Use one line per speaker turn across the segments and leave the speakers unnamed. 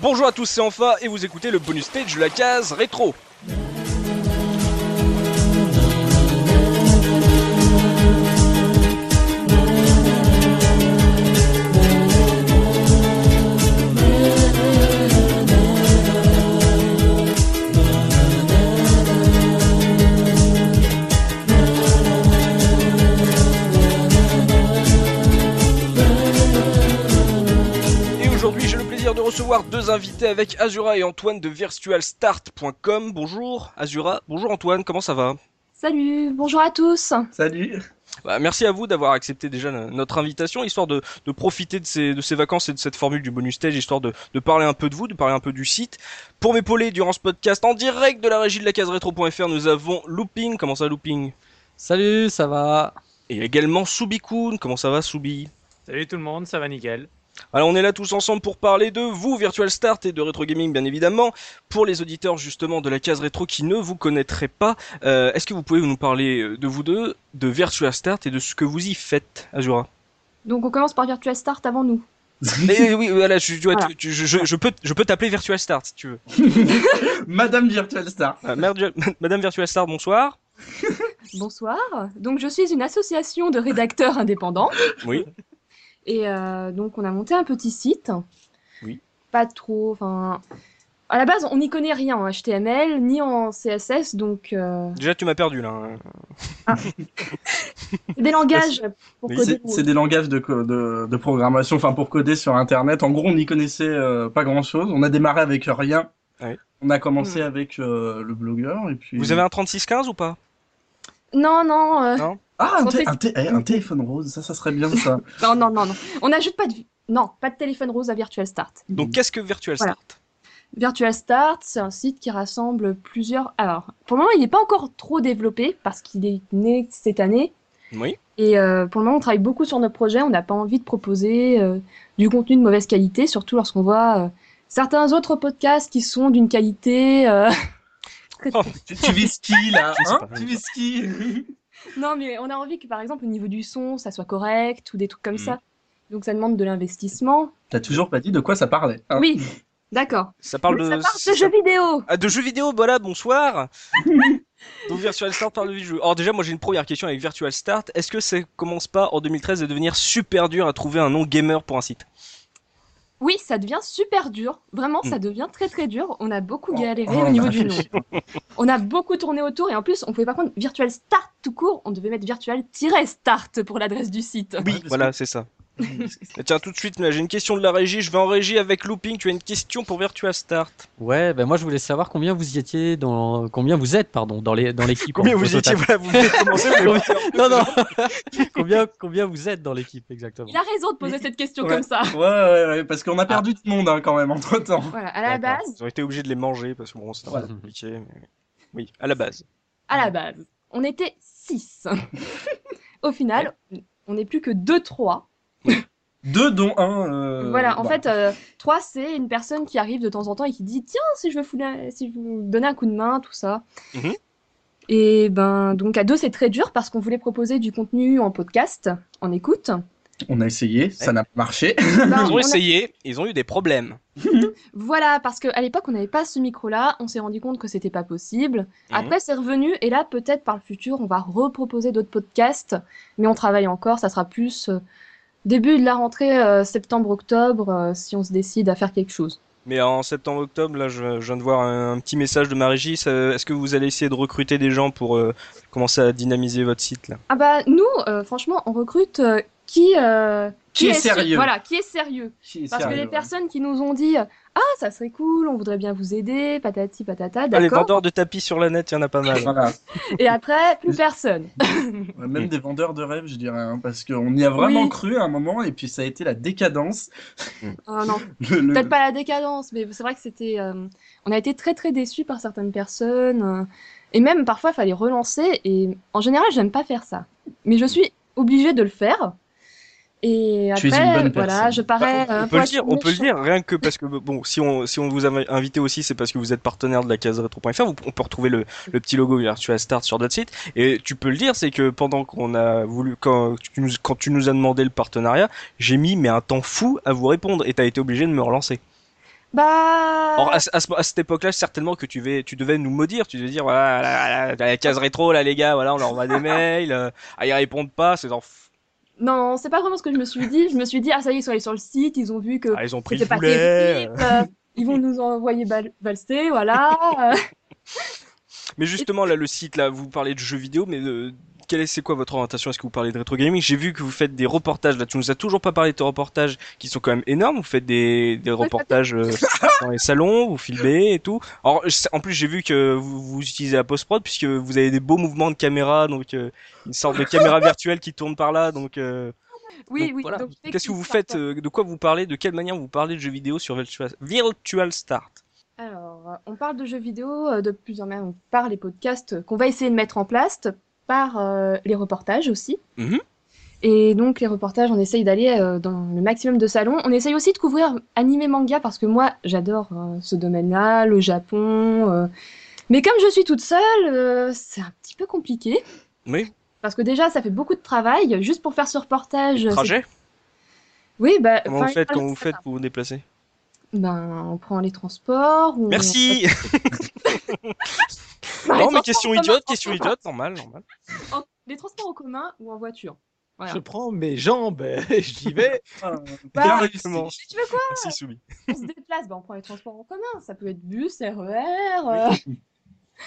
Bonjour à tous, c'est Enfa et vous écoutez le bonus stage de la case rétro. Et aujourd'hui, j'ai le plaisir de recevoir deux invités avec Azura et Antoine de virtualstart.com. Bonjour Azura, bonjour Antoine, comment ça va
Salut, bonjour à tous.
Salut.
Bah, Merci à vous d'avoir accepté déjà la- notre invitation, histoire de, de profiter de ces, de ces vacances et de cette formule du bonus stage, histoire de, de parler un peu de vous, de parler un peu du site. Pour m'épauler durant ce podcast en direct de la régie de la case rétro.fr, nous avons Looping, comment ça Looping
Salut, ça va
Et également Subikun, comment ça va Subi
Salut tout le monde, ça va nickel.
Alors on est là tous ensemble pour parler de vous, Virtual Start et de Retro Gaming bien évidemment. Pour les auditeurs justement de la case rétro qui ne vous connaîtraient pas, euh, est-ce que vous pouvez nous parler euh, de vous deux, de Virtual Start et de ce que vous y faites, Azura
Donc on commence par Virtual Start avant nous.
Mais euh, oui, voilà, je, tu vois,
Voilà.
tu- tu- je, je- je peux, je peux t'appeler Virtual Start si tu veux.
Madame Virtual Star.
Ah, merde, Madame Virtual Start, bonsoir.
Bonsoir. Donc je suis une association de rédacteurs indépendants
Oui.
et euh, donc on a monté un petit site.
Oui.
Pas trop. Enfin, à la base on n'y connaît rien en HTML ni en CSS, donc euh,
Déjà tu m'as perdu là. hein.
des langages pour
Mais
coder.
C'est c'est des langages de, co- de, de programmation, enfin pour coder sur Internet. En gros, on n'y connaissait euh, pas grand-chose. On a démarré avec rien.
Ouais.
On a commencé avec euh, le blogueur et puis.
Vous avez un 3615 ou pas
Non, non, euh,
Non.
Ah, un,
Sans
té-
test-
un té- eh, un téléphone rose, ça, ça serait bien ça.
non, non, non, non. On n'ajoute pas de non, pas de téléphone rose à Virtual Start.
Donc qu'est-ce que Virtual
Voilà.
Start
Virtual Start, c'est un site qui rassemble plusieurs. Alors, pour le moment, il n'est pas encore trop développé parce qu'il est né cette année.
Oui.
Et euh, pour le moment, on travaille beaucoup sur nos projets. On n'a pas envie de proposer euh, du contenu de mauvaise qualité, surtout lorsqu'on voit euh, certains autres podcasts qui sont d'une qualité. euh,
tu, tu vises qui là
Je sais
hein
pas.
Tu vises qui
non, mais on a envie que, par exemple, au niveau du son, ça soit correct ou des trucs comme
Mhm.
ça. Donc, ça demande de l'investissement.
T'as toujours pas dit de quoi ça parlait. hein.
Oui, d'accord.
Ça Ah. parle
Mais
de...
ça parle
ça-
de jeux vidéo.
Ah, de jeux vidéo, voilà, bonsoir Donc Virtual Start parle de jeux. Alors déjà, moi j'ai une première question avec Virtual Start. Est-ce que ça commence pas en 2013 à devenir super dur à trouver un nom gamer pour un site
Oui, ça devient super dur. Vraiment,
Mm.
ça devient très très dur. On a beaucoup galéré
Oh,
au niveau
bah,
du nom. On a beaucoup tourné autour et en plus, on pouvait pas prendre virtual start tout court. On devait mettre virtual-start pour l'adresse du site.
Oui, parce
Voilà, c'est ça. Et tiens, tout de suite, là, j'ai une question de la régie. Je vais en régie avec Looping. Tu as une question pour Virtual Start.
Ouais, ben moi je voulais savoir combien vous y étiez dans combien vous êtes pardon dans les dans l'équipe.
Combien
en-
vous
au
étiez Voilà,
total.
vous venez de commencer. vous avez fait un peu
Non
de-
non. combien combien vous êtes dans l'équipe exactement
Il a raison de poser cette question
Ouais.
comme ça.
Ouais, ouais, ouais, parce qu'on a perdu tout le monde hein, quand même entre temps.
Voilà, à la
D'accord.
base,
Ils ont été obligés de les manger parce que bon, c'était un
Voilà.
peu compliqué. mais- Oui, à la base.
à la base, on était 6. Au final, on n'est plus que 2-3.
Deux dont un. euh,
voilà, en
bah,
fait, 3, c'est une personne qui arrive de temps en temps et qui dit Tiens, si je veux, fouler un- si je veux vous donner un coup de main, tout ça.
Mhm.
Et ben, donc à deux, c'est très dur parce qu'on voulait proposer du contenu en podcast, en écoute.
On a essayé, ça n'a pas marché.
Ben,
Ils
on
ont
a-
essayé. Ils ont eu des problèmes.
Voilà, parce qu'à l'époque, on n'avait pas ce micro-là, on s'est rendu compte que c'était pas possible.
Mhm.
Après, c'est revenu, et là, peut-être par le futur, on va reproposer d'autres podcasts, mais on travaille encore, ça sera plus euh, début de la rentrée euh, septembre-octobre, euh, si on se décide à faire quelque chose.
Mais en septembre-octobre, là, je, je viens de voir un, un petit message de ma régie. Ça- Est-ce que vous allez essayer de recruter des gens pour euh, commencer à dynamiser votre site là
Ah bah, nous, euh, franchement, on recrute euh, qui... euh,
Qui est
sûr-
sérieux
Voilà, qui est sérieux. Parce que les personnes qui nous ont dit euh, « Ah, ça serait cool, on voudrait bien vous aider, patati patata,
Ah, les
d'accord
vendeurs de tapis sur la net, il y en a pas mal.
Voilà. »
Et après, plus personne.
Ouais,
Mm.
Même des vendeurs de rêves, je dirais, hein, parce qu'on y a vraiment
Oui.
cru à un moment, et puis ça a été la décadence.
Ah non,
Le- le-
Peut-être pas la décadence, mais c'est vrai que c'était. euh, on a été très très déçus par certaines personnes. euh, et même parfois, il fallait relancer. Et en général, j'aime pas faire ça. Mais je suis obligée de le faire. Et
Tu
après,
es une bonne
voilà,
personne.
je parais.
Bah, on, on
euh,
peut le
poche
dire, on peut le
méchante.
dire, rien que parce que bon, si on si on vous a invité aussi, c'est parce que vous êtes partenaire de la case rétro.fr. vous- On peut retrouver le, le petit logo Virtua Start sur notre site. Et tu peux le dire, c'est que pendant qu'on a voulu quand tu nous quand tu nous as demandé le partenariat, j'ai mis mais un temps fou à vous répondre et t'as été obligé de me relancer.
Bah.
Or, à, ce- à ce- à cette époque-là, certainement que tu, vais, tu devais nous maudire. Tu devais dire, voilà, la, la- la- la case rétro, là, les gars, voilà, on leur envoie des mails. euh, ah, ils répondent pas. C'est genre, pff,
Non, c'est pas vraiment ce que je me suis dit. Je me suis dit, ah ça y est, ils sont allés sur le site, ils ont vu que
ah, ils ont pris
Euh, c'était
le
pas
poulet.
terrible. euh, Ils vont nous envoyer bal- balster, voilà. euh.
Mais justement, là, le site, là, vous parlez de jeux vidéo, mais euh, quelle est, c'est quoi votre orientation Est-ce que vous parlez de rétro gaming J'ai vu que vous faites des reportages. Là, tu nous as toujours pas parlé de tes reportages qui sont quand même énormes. Vous faites des, des reportages euh, dans les salons, vous filmez et tout. Alors, je sais- en plus, j'ai vu que vous, vous utilisez la post-prod puisque vous avez des beaux mouvements de caméra, donc euh, une sorte de caméra virtuelle qui tourne par là. Donc, euh,
Oui,
donc
oui.
voilà.
donc,
qu'est-ce que vous
technique,
faites
parfois.
euh, De quoi vous parlez De quelle manière vous parlez de jeux vidéo sur Virtua- Virtual Start
Alors, euh, on parle de jeux vidéo euh, de plus en plus, on parle les podcasts euh, qu'on va essayer de mettre en place t- par euh, les reportages aussi.
Mhm.
Et donc, les reportages, on essaye d'aller euh, dans le maximum de salons. On essaye aussi de couvrir animé manga parce que moi, j'adore euh, ce domaine-là, le Japon. euh. Mais comme je suis toute seule, euh, c'est un petit peu compliqué.
Oui,
Parce que déjà, ça fait beaucoup de travail. Juste pour faire ce reportage. c'est-
trajet.
Oui, bah.
Comment
enfin,
vous faites
le
Comment vous
trajet,
faites pour vous déplacer
Ben, on prend les transports. on-
Merci Non, mais
Par les transports
question
en commun,
idiote,
en
question
commun.
idiote, normal, normal.
En- les transports en commun ou en voiture. Voilà.
Je prends mes jambes, j'y vais.
Bah,
Exactement.
Mais tu veux quoi
Merci, Soubi.
On se déplace, bah, on prend les transports en commun. Ça peut être bus, RER. euh,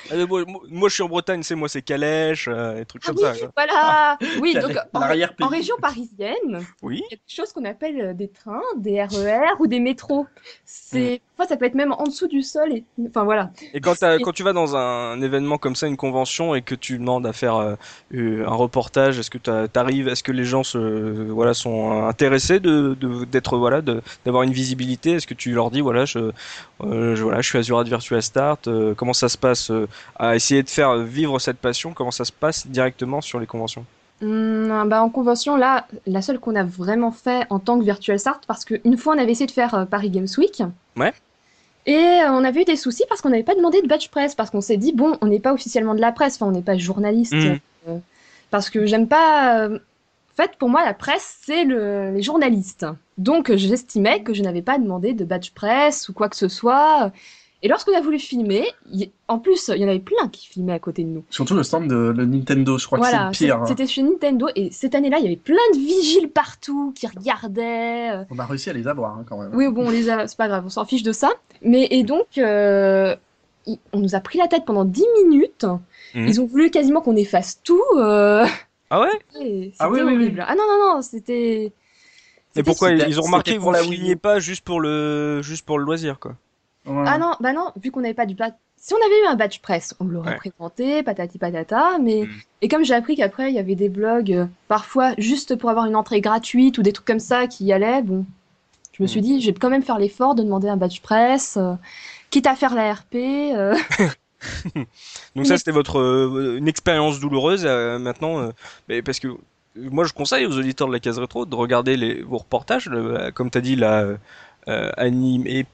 Allez, Ah, moi, moi- moi, je suis en Bretagne, c'est moi, c'est calèche, euh, des trucs
Ah
comme
oui,
ça. quoi.
voilà. Oui, donc en,
L'arrière-pays.
en région parisienne,
Oui.
il y a des choses qu'on appelle euh, des trains, des RER ou des métros. C'est
Hmm.
parfois ça peut être même en dessous du sol. Et... Enfin voilà.
Et quand, t'as- quand tu vas dans un événement comme ça, une convention, et que tu demandes à faire euh, euh, un reportage, est-ce que t'as- t'arrives, est-ce que les gens se, voilà, sont euh, intéressés de, de- d'être, voilà, de- d'avoir une visibilité Est-ce que tu leur dis, voilà, je, euh, je- voilà, je suis Azurad Virtua Start, euh, comment ça se passe euh, à essayer de faire vivre cette passion, comment ça se passe directement sur les conventions
Hum, bah, en convention, là, la seule qu'on a vraiment fait en tant que virtual start, parce qu'une fois on avait essayé de faire euh, Paris Games Week.
Ouais.
Et euh, on avait eu des soucis parce qu'on n'avait pas demandé de badge presse, parce qu'on s'est dit, bon, on n'est pas officiellement de la presse, enfin, on n'est pas journaliste.
Mhm.
euh, parce que j'aime pas. euh, En fait, pour moi, la presse, c'est le... les journalistes. Donc, euh, j'estimais que je n'avais pas demandé de badge presse ou quoi que ce soit. Et lorsqu'on a voulu filmer, y- en plus, il y en avait plein qui filmaient à côté de nous.
Surtout le stand de le Nintendo, je crois
Voilà,
que c'est le pire. hein.
c'est- c'était chez Nintendo et cette année-là, il y avait plein de vigiles partout qui regardaient. euh.
On a réussi à les avoir hein, quand même.
Oui, bon, on les a, c'est pas grave, on s'en fiche de ça. Mais et donc, euh, il- on nous a pris la tête pendant 10 minutes.
Mhm.
Ils ont voulu quasiment qu'on efface tout. euh,
Ah ouais
et
Ah oui,
c'était
oui, oui.
horrible. Ah non, non, non, c'était.
Et
c'était
pourquoi
c'était-
ils ont remarqué
c'était
que vous
pour
la
la
filmiez
Wii U.
pas juste pour le juste pour le loisir quoi.
Ouais.
Ah non, bah non, vu qu'on n'avait pas du badge. Si on avait eu un badge presse, on l'aurait
Ouais.
présenté, patati patata, mais.
Mm.
Et comme j'ai appris qu'après, il y avait des blogs, euh, parfois juste pour avoir une entrée gratuite ou des trucs comme ça qui y allaient, bon. Je me suis
Mm.
dit, je vais quand même faire l'effort de demander un badge presse, euh, quitte à faire la RP. euh.
Donc ça
Mais-
c'était votre euh, une expérience douloureuse euh, maintenant euh, mais parce que euh, moi je conseille aux auditeurs de la case rétro de regarder les vos reportages le- euh, comme t'as dit la euh, euh, anime et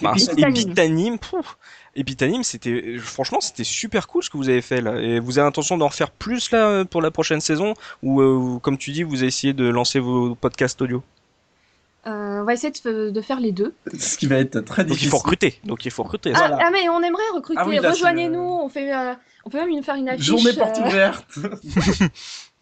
mince,
Epitanime.
Epitanime, pouf. Epitanime, c'était euh, franchement c'était super cool ce que vous avez fait là et vous avez intention d'en refaire plus là euh, pour la prochaine saison ou euh, vous- comme tu dis vous essayez de lancer vos podcasts audio.
Euh, on va essayer de, f- de faire les deux.
Ce qui va être très
Donc il
difficile.
faut recruter. Donc il faut recruter.
Ah,
Voilà.
ah, mais on aimerait recruter,
Ah oui, là, c'est le-
rejoignez-nous, on fait, euh, on peut même une- faire une affiche.
Journée porte
euh,
ouverte.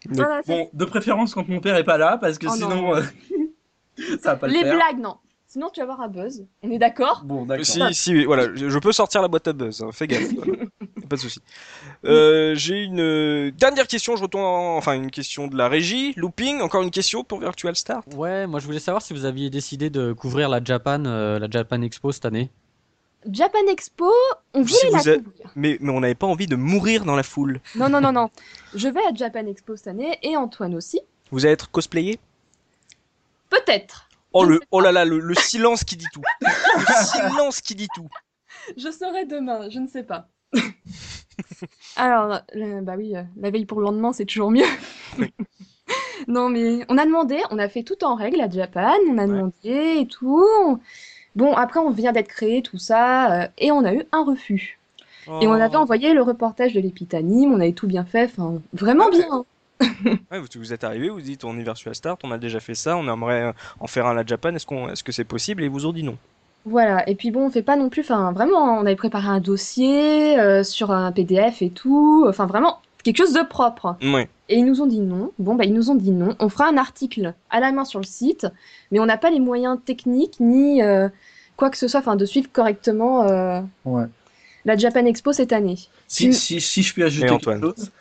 voilà, c'est-
bon, de préférence quand mon père est pas là, parce que
Oh non.
sinon, euh, ça va pas le
les
faire.
blagues, non. Sinon, tu vas avoir un buzz. On est d'accord
Bon, d'accord.
Si, si, voilà, je je peux sortir la boîte à buzz, hein, fais gaffe, voilà. pas de souci. Euh, J'ai une euh, dernière question, je retourne, en- enfin une question de la régie, looping, encore une question pour Virtual Star.
Ouais, moi je voulais savoir si vous aviez décidé de couvrir la Japan, euh, la Japan Expo cette année.
Japan Expo, on voulait
Si
la
vous êtes-
couvrir.
Mais, mais on n'avait pas envie de mourir dans la foule.
Non, non, non, non. Je vais à Japan Expo cette année et Antoine aussi.
Vous allez être cosplayé
Peut-être.
Oh
Je
le,
sais
oh là là, le, le silence qui dit tout. Le silence qui dit tout.
Je saurai demain, je ne sais pas. Alors, euh, bah oui, euh, la veille pour le lendemain, c'est toujours mieux. non, mais on a demandé, on a fait tout en règle à Japan, on a
Ouais.
demandé et tout. Bon, après, on vient d'être créé, tout ça, euh, et on a eu un refus. Et on
Oh.
avait envoyé le reportage de l'épitanime, on avait tout bien fait, enfin, vraiment bien. hein.
Ouais, vous, vous êtes arrivé, vous dites on est Virtual Start, on a déjà fait ça, on aimerait euh, en faire un à la Japan, est-ce qu'on est -ce que c'est possible Et ils vous ont dit non.
Voilà, et puis bon, on fait pas non plus, enfin vraiment, on avait préparé un dossier euh, sur un PDF et tout, enfin vraiment quelque chose de propre.
Ouais.
Et ils nous ont dit non. Bon, bah ils nous ont dit non. On fera un article à la main sur le site, mais on n'a pas les moyens techniques ni euh, quoi que ce soit, enfin de suivre correctement euh,
Ouais.
la Japan Expo cette année.
Si,
Mm.
si, si je puis ajouter
Et
quelque
Antoine.
chose,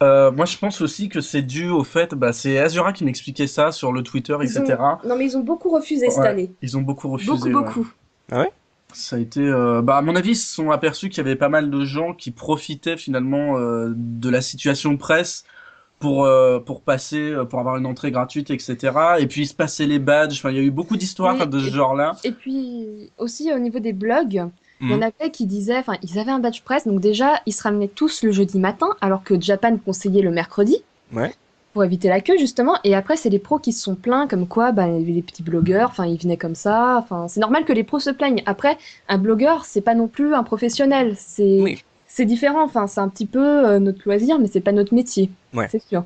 euh, moi je pense aussi que c'est dû au fait, bah, c'est Azura qui m'expliquait ça sur le Twitter,
Ils
etc.
Non, mais ils ont beaucoup refusé cette
Ouais.
année.
Ils ont beaucoup refusé.
Beaucoup,
ouais.
beaucoup.
Ça a été, euh, bah, à mon avis, ils se sont aperçus qu'il y avait pas mal de gens qui profitaient finalement euh, de la situation presse pour euh, pour passer, euh, pour avoir une entrée gratuite, etc. Et puis ils se passaient les badges. Enfin, il y a eu beaucoup d'histoires
Oui,
de ce
et-
genre-là.
Et puis aussi au niveau des blogs, il
Hmm.
y en avait qui disaient, enfin, ils avaient un badge presse, donc déjà, ils se ramenaient tous le jeudi matin, alors que Japan conseillait le mercredi.
Ouais.
Pour éviter la queue, justement. Et après, c'est les pros qui se sont plaints, comme quoi, bah, les petits blogueurs, enfin, ils venaient comme ça. Enfin, c'est normal que les pros se plaignent. Après, un blogueur, c'est pas non plus un professionnel. C'est
Oui.
c'est différent. Enfin, c'est un petit peu euh, notre loisir, mais c'est pas notre métier.
Ouais.
C'est sûr.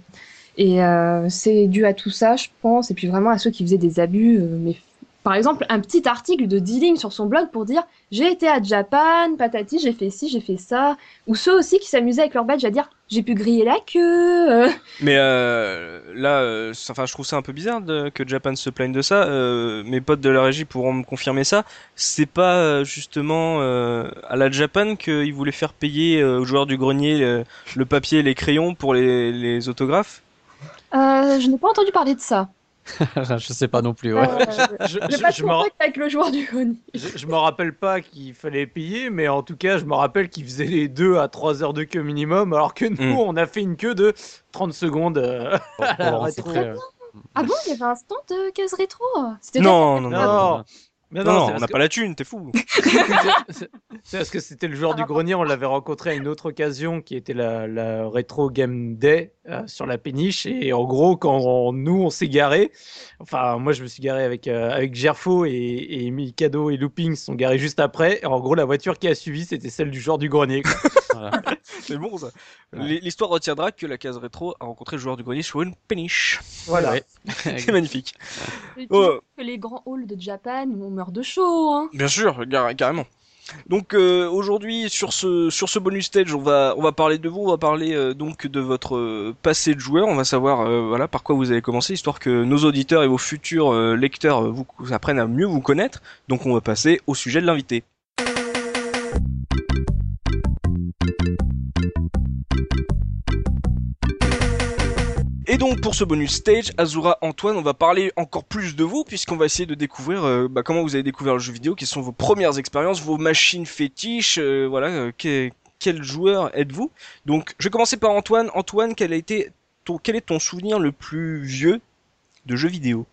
Et euh, c'est dû à tout ça, je pense. Et puis vraiment à ceux qui faisaient des abus. euh, mais par exemple, un petit article de 10 lignes sur son blog pour dire j'ai été à Japan, patati, j'ai fait ci, j'ai fait ça. Ou ceux aussi qui s'amusaient avec leur badge à dire j'ai pu griller la queue. euh.
Mais euh, là, euh, ça- enfin, je trouve ça un peu bizarre de- que Japan se plaigne de ça. Euh, mes potes de la régie pourront me confirmer ça. C'est pas euh, justement euh, à la Japan qu'ils voulaient faire payer euh, aux joueurs du grenier euh, le papier et les crayons pour les, les autographes
Euh, je n'ai pas entendu parler de ça.
je sais pas non plus.
Euh,
Ouais.
Je,
j'ai
je-
pas de
je m'en-
contact avec le joueur du grenier.
je- je m'en rappelle pas qu'il fallait payer, mais en tout cas, je me rappelle qu'il faisait les 2 à 3 heures de queue minimum, alors que nous,
Mm.
on a fait une queue de 30 secondes. euh,
Pour- pour
la
rendre
rétro.
secret, euh.
Ah bon, il y avait un stand de case rétro. C'était
Non, non, non,
Non,
Ah, non,
non, Mais
non,
c'est
on
parce
n'a
que-
pas la thune, t'es fou.
C'est- C'est parce que c'était le joueur du grenier, on l'avait rencontré à une autre occasion qui était la, la Retro Game Day euh, sur la péniche. Et en gros, quand on- nous, on s'est garé, enfin, moi, je me suis garé avec, euh, avec Gerfo et, et Mikado et Looping se sont garés juste après. Et en gros, la voiture qui a suivi, c'était celle du joueur du grenier. quoi.
Voilà.
C'est bon ça.
Ouais.
L- L'histoire retiendra que la case rétro a rencontré le joueur du grenier sur une péniche.
Voilà.
Ouais.
C'est magnifique.
c'était
Oh,
que les grands halls de Japan où on meurt de chaud. Hein.
Bien sûr, gar- carrément. Donc euh, aujourd'hui sur ce sur ce bonus stage, on va on va parler de vous, on va parler euh, donc de votre euh, passé de joueur, on va savoir euh, voilà par quoi vous avez commencé histoire que nos auditeurs et vos futurs euh, lecteurs euh, vous, vous apprennent à mieux vous connaître. Donc on va passer au sujet de l'invité. Et donc pour ce bonus stage, Azura Antoine, on va parler encore plus de vous puisqu'on va essayer de découvrir euh, bah, comment vous avez découvert le jeu vidéo, quelles sont vos premières expériences, vos machines fétiches, euh, voilà, euh, que- quel joueur êtes-vous Donc je vais commencer par Antoine. Antoine, quel a été ton, quel est ton souvenir le plus vieux de jeu vidéo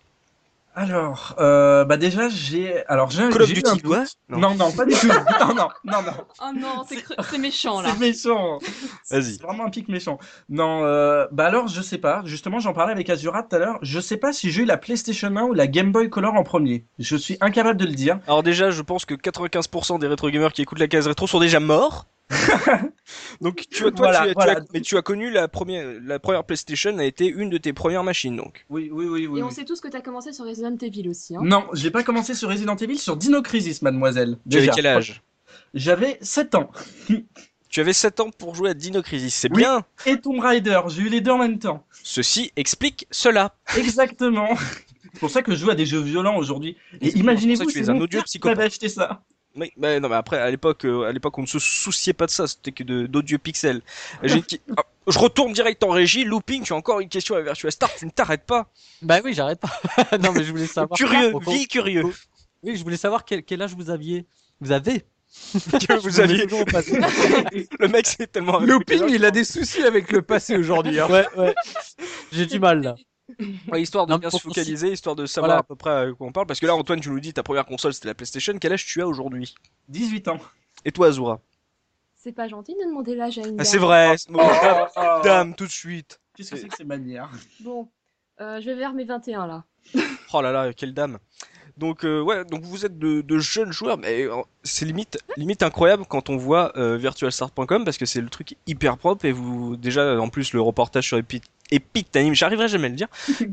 Alors, euh, bah déjà j'ai, alors j'ai
Call of
j'ai eu
Duty,
un doute.
quoi Non.
non. non, pas du tout. non, non, non, non.
Oh non, c'est cre- c'est méchant Oh là.
C'est méchant.
Vas-y.
C'est vraiment un pic méchant. Non, euh, bah alors je sais pas. Justement, j'en parlais avec Azura tout à l'heure. Je sais pas si j'ai eu la PlayStation 1 ou la Game Boy Color en premier. Je suis incapable de le dire.
Alors déjà, je pense que 95% des rétro gamers qui écoutent la case rétro sont déjà morts. donc tu, vois, toi,
Voilà,
tu, as- tu
voilà.
as, mais tu as connu la première, la première PlayStation a été une de tes premières machines donc.
Oui, oui, oui, oui.
Et on sait tous que t'as commencé sur Resident Evil aussi. Hein.
Non, j'ai pas commencé sur Resident Evil, sur Dino Crisis, mademoiselle.
Tu avais
Déjà.
quel âge
J'avais 7 ans.
Tu avais 7 ans pour jouer à Dino Crisis, c'est
Oui.
bien.
Et Tomb Raider, j'ai eu les deux en même temps.
Ceci explique cela.
Exactement. C'est pour ça que je joue à des jeux violents aujourd'hui.
Et c'est pour
Et
ça
imaginez-vous
que tu
si
es un
mon
odieux
père
psychopathe.
m'avait acheté ça.
Oui, bah, non, mais après, à l'époque, euh, à l'époque, on ne se souciait pas de ça, c'était que de- d'odieux pixels. J'ai une qui- Ah, je retourne direct en régie, looping, tu as encore une question à Virtua Star, tu ne t'arrêtes pas.
Bah oui, j'arrête pas. non, mais je voulais savoir.
Curieux,
Pourquoi-
vie curieux.
Oui, je voulais savoir quel, quel âge vous aviez. Vous avez
Que vous aviez-
toujours au passé.
Le mec, Oh, c'est tellement... un
Looping, il a des soucis avec le passé aujourd'hui. hein.
Ouais, ouais. J'ai du mal là.
Ouais, histoire de
Non, mais
bien se
pour- pour-
focaliser, histoire de savoir
Voilà.
à peu près à quoi on parle. Parce que là, Antoine, tu nous dis ta première console c'était la PlayStation. Quel âge tu as aujourd'hui
18 ans.
Et toi, Azura
C'est pas gentil de demander l'âge à une
ah,
dame.
C'est vrai, c'est mauvais. Dame,
Oh.
dame, tout de suite.
Qu'est-ce que c'est que ces manières
Bon, euh, je vais vers mes 21 là.
Oh là là, quelle dame. Donc euh, ouais, donc vous êtes de, de jeunes joueurs, mais euh, c'est limite limite incroyable quand on voit euh, virtualstart.com parce que c'est le truc hyper propre et vous déjà en plus le reportage sur Epic Epic Time, j'arriverai jamais à le dire.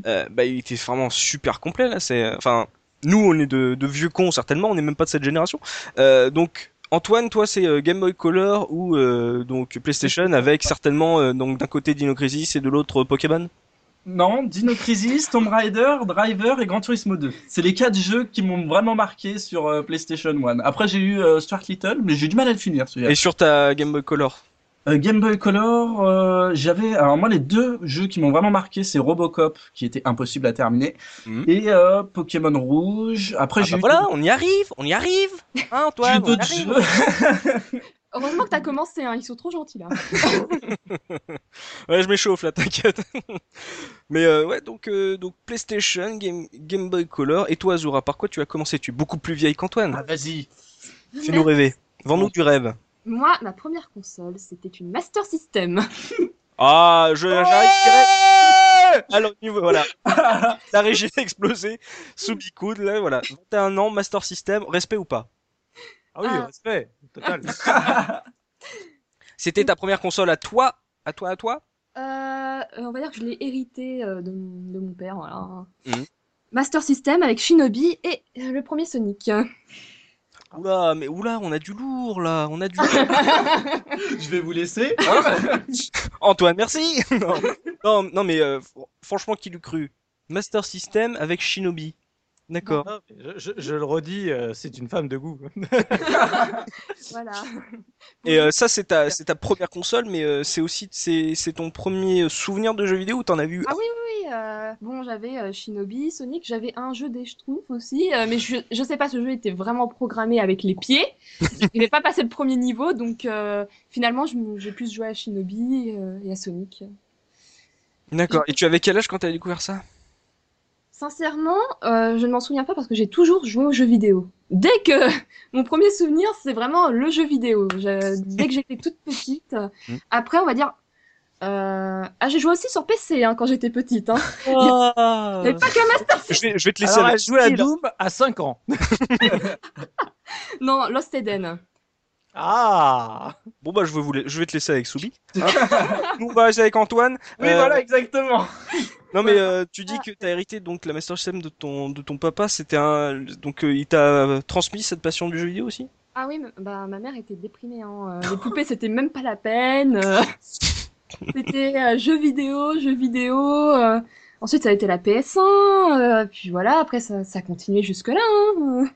euh, bah il était vraiment super complet là, c'est enfin Nous, on est de, de vieux cons certainement, on n'est même pas de cette génération. Euh, donc Antoine, toi, c'est euh, Game Boy Color ou euh, donc PlayStation avec certainement euh, donc d'un côté Dino Crisis et de l'autre euh, Pokémon.
Non, Dino Crisis, Tomb Raider, Driver et Gran Turismo 2. C'est les quatre jeux qui m'ont vraiment marqué sur euh, PlayStation 1. Après, j'ai eu euh, Stuart Little, mais j'ai eu du mal à le finir celui-là.
Et sur ta Game Boy Color.
Euh, Game Boy Color, euh, j'avais. Alors, moi, les deux jeux qui m'ont vraiment marqué, c'est Robocop, qui était impossible à terminer,
Mhm.
et euh, Pokémon Rouge. Après,
Ah
j'ai
bah
eu.
voilà, on y arrive, on y arrive. Hein,
j'ai eu
Antoine. on y
d'autres
arrive.
jeux.
Heureusement que t'as commencé, hein, ils sont trop gentils là.
Ouais, je m'échauffe là, t'inquiète. Mais euh, ouais, donc euh, donc PlayStation, Game, Game Boy Color et toi Azura, par quoi tu as commencé Tu es beaucoup plus vieille
Ah,
qu'Antoine.
Vas-y.
Fais-nous rêver. Vends-nous du rêve.
Moi, ma première console, c'était une Master System.
Ah, je j'arrive. je dirais- Alors niveau voilà, la régie a explosé sous Bicoud là voilà. 21 ans, Master System, respect ou pas
Ah oui,
Ah.
respect, total.
C'était ta première console à toi, à toi, à toi
Euh, on va dire que je l'ai hérité euh, de, mon- de mon père, voilà.
Mhm.
Master System avec Shinobi et euh, le premier Sonic.
Oula, mais oula, on a du lourd là, on a du lourd.
Je vais vous laisser.
Hein Antoine, merci. non. non, non, mais euh, fr- franchement, qui l'eût cru Master System avec Shinobi. D'accord.
Non, mais je, je- je le redis, euh, c'est une femme de goût.
Voilà.
Et euh, ça, c'est ta, c'est ta première console, mais euh, c'est aussi, c'est, c'est ton premier souvenir de jeu vidéo ou t'en as vu
Ah Oui, euh, bon, j'avais euh, Shinobi, Sonic, j'avais un jeu des Schtroumpfs aussi, euh, mais je, je sais pas, ce jeu était vraiment programmé avec les pieds. Il n'est pas passé le premier niveau, donc euh, finalement, je m- j'ai plus joué à Shinobi euh, et à Sonic.
D'accord. Et tu avais quel âge quand t'as découvert ça
Sincèrement, euh, je ne m'en souviens pas parce que j'ai toujours joué aux jeux vidéo. Dès que mon premier souvenir, c'est vraiment le jeu vidéo. Je- Dès que j'étais toute petite.
Mm.
Après, on va dire. euh, Ah, j'ai joué aussi sur PC hein, quand j'étais petite. Hein. Mais pas que Master
je, vais, je vais te laisser
Alors,
avec
elle jouait à
Steel.
Doom à 5 ans.
Non, Lost Eden.
Ah
Bon bah je vais, vous la- je vais te laisser avec Soubi. Hein Nous on va rester avec Antoine.
Oui,
Euh,
voilà, exactement.
Non mais euh, tu dis que t'as hérité donc la Master System de ton de ton papa. C'était un donc euh, il t'a transmis cette passion du jeu vidéo aussi.
Ah oui, m- bah, ma mère était déprimée. Hein. Euh, Les poupées, c'était même pas la peine. euh. C'était euh, jeux vidéo, jeux vidéo. euh. Ensuite, ça a été la PS1. euh, Puis voilà, après, ça, ça a continué jusque-là. hein. Euh.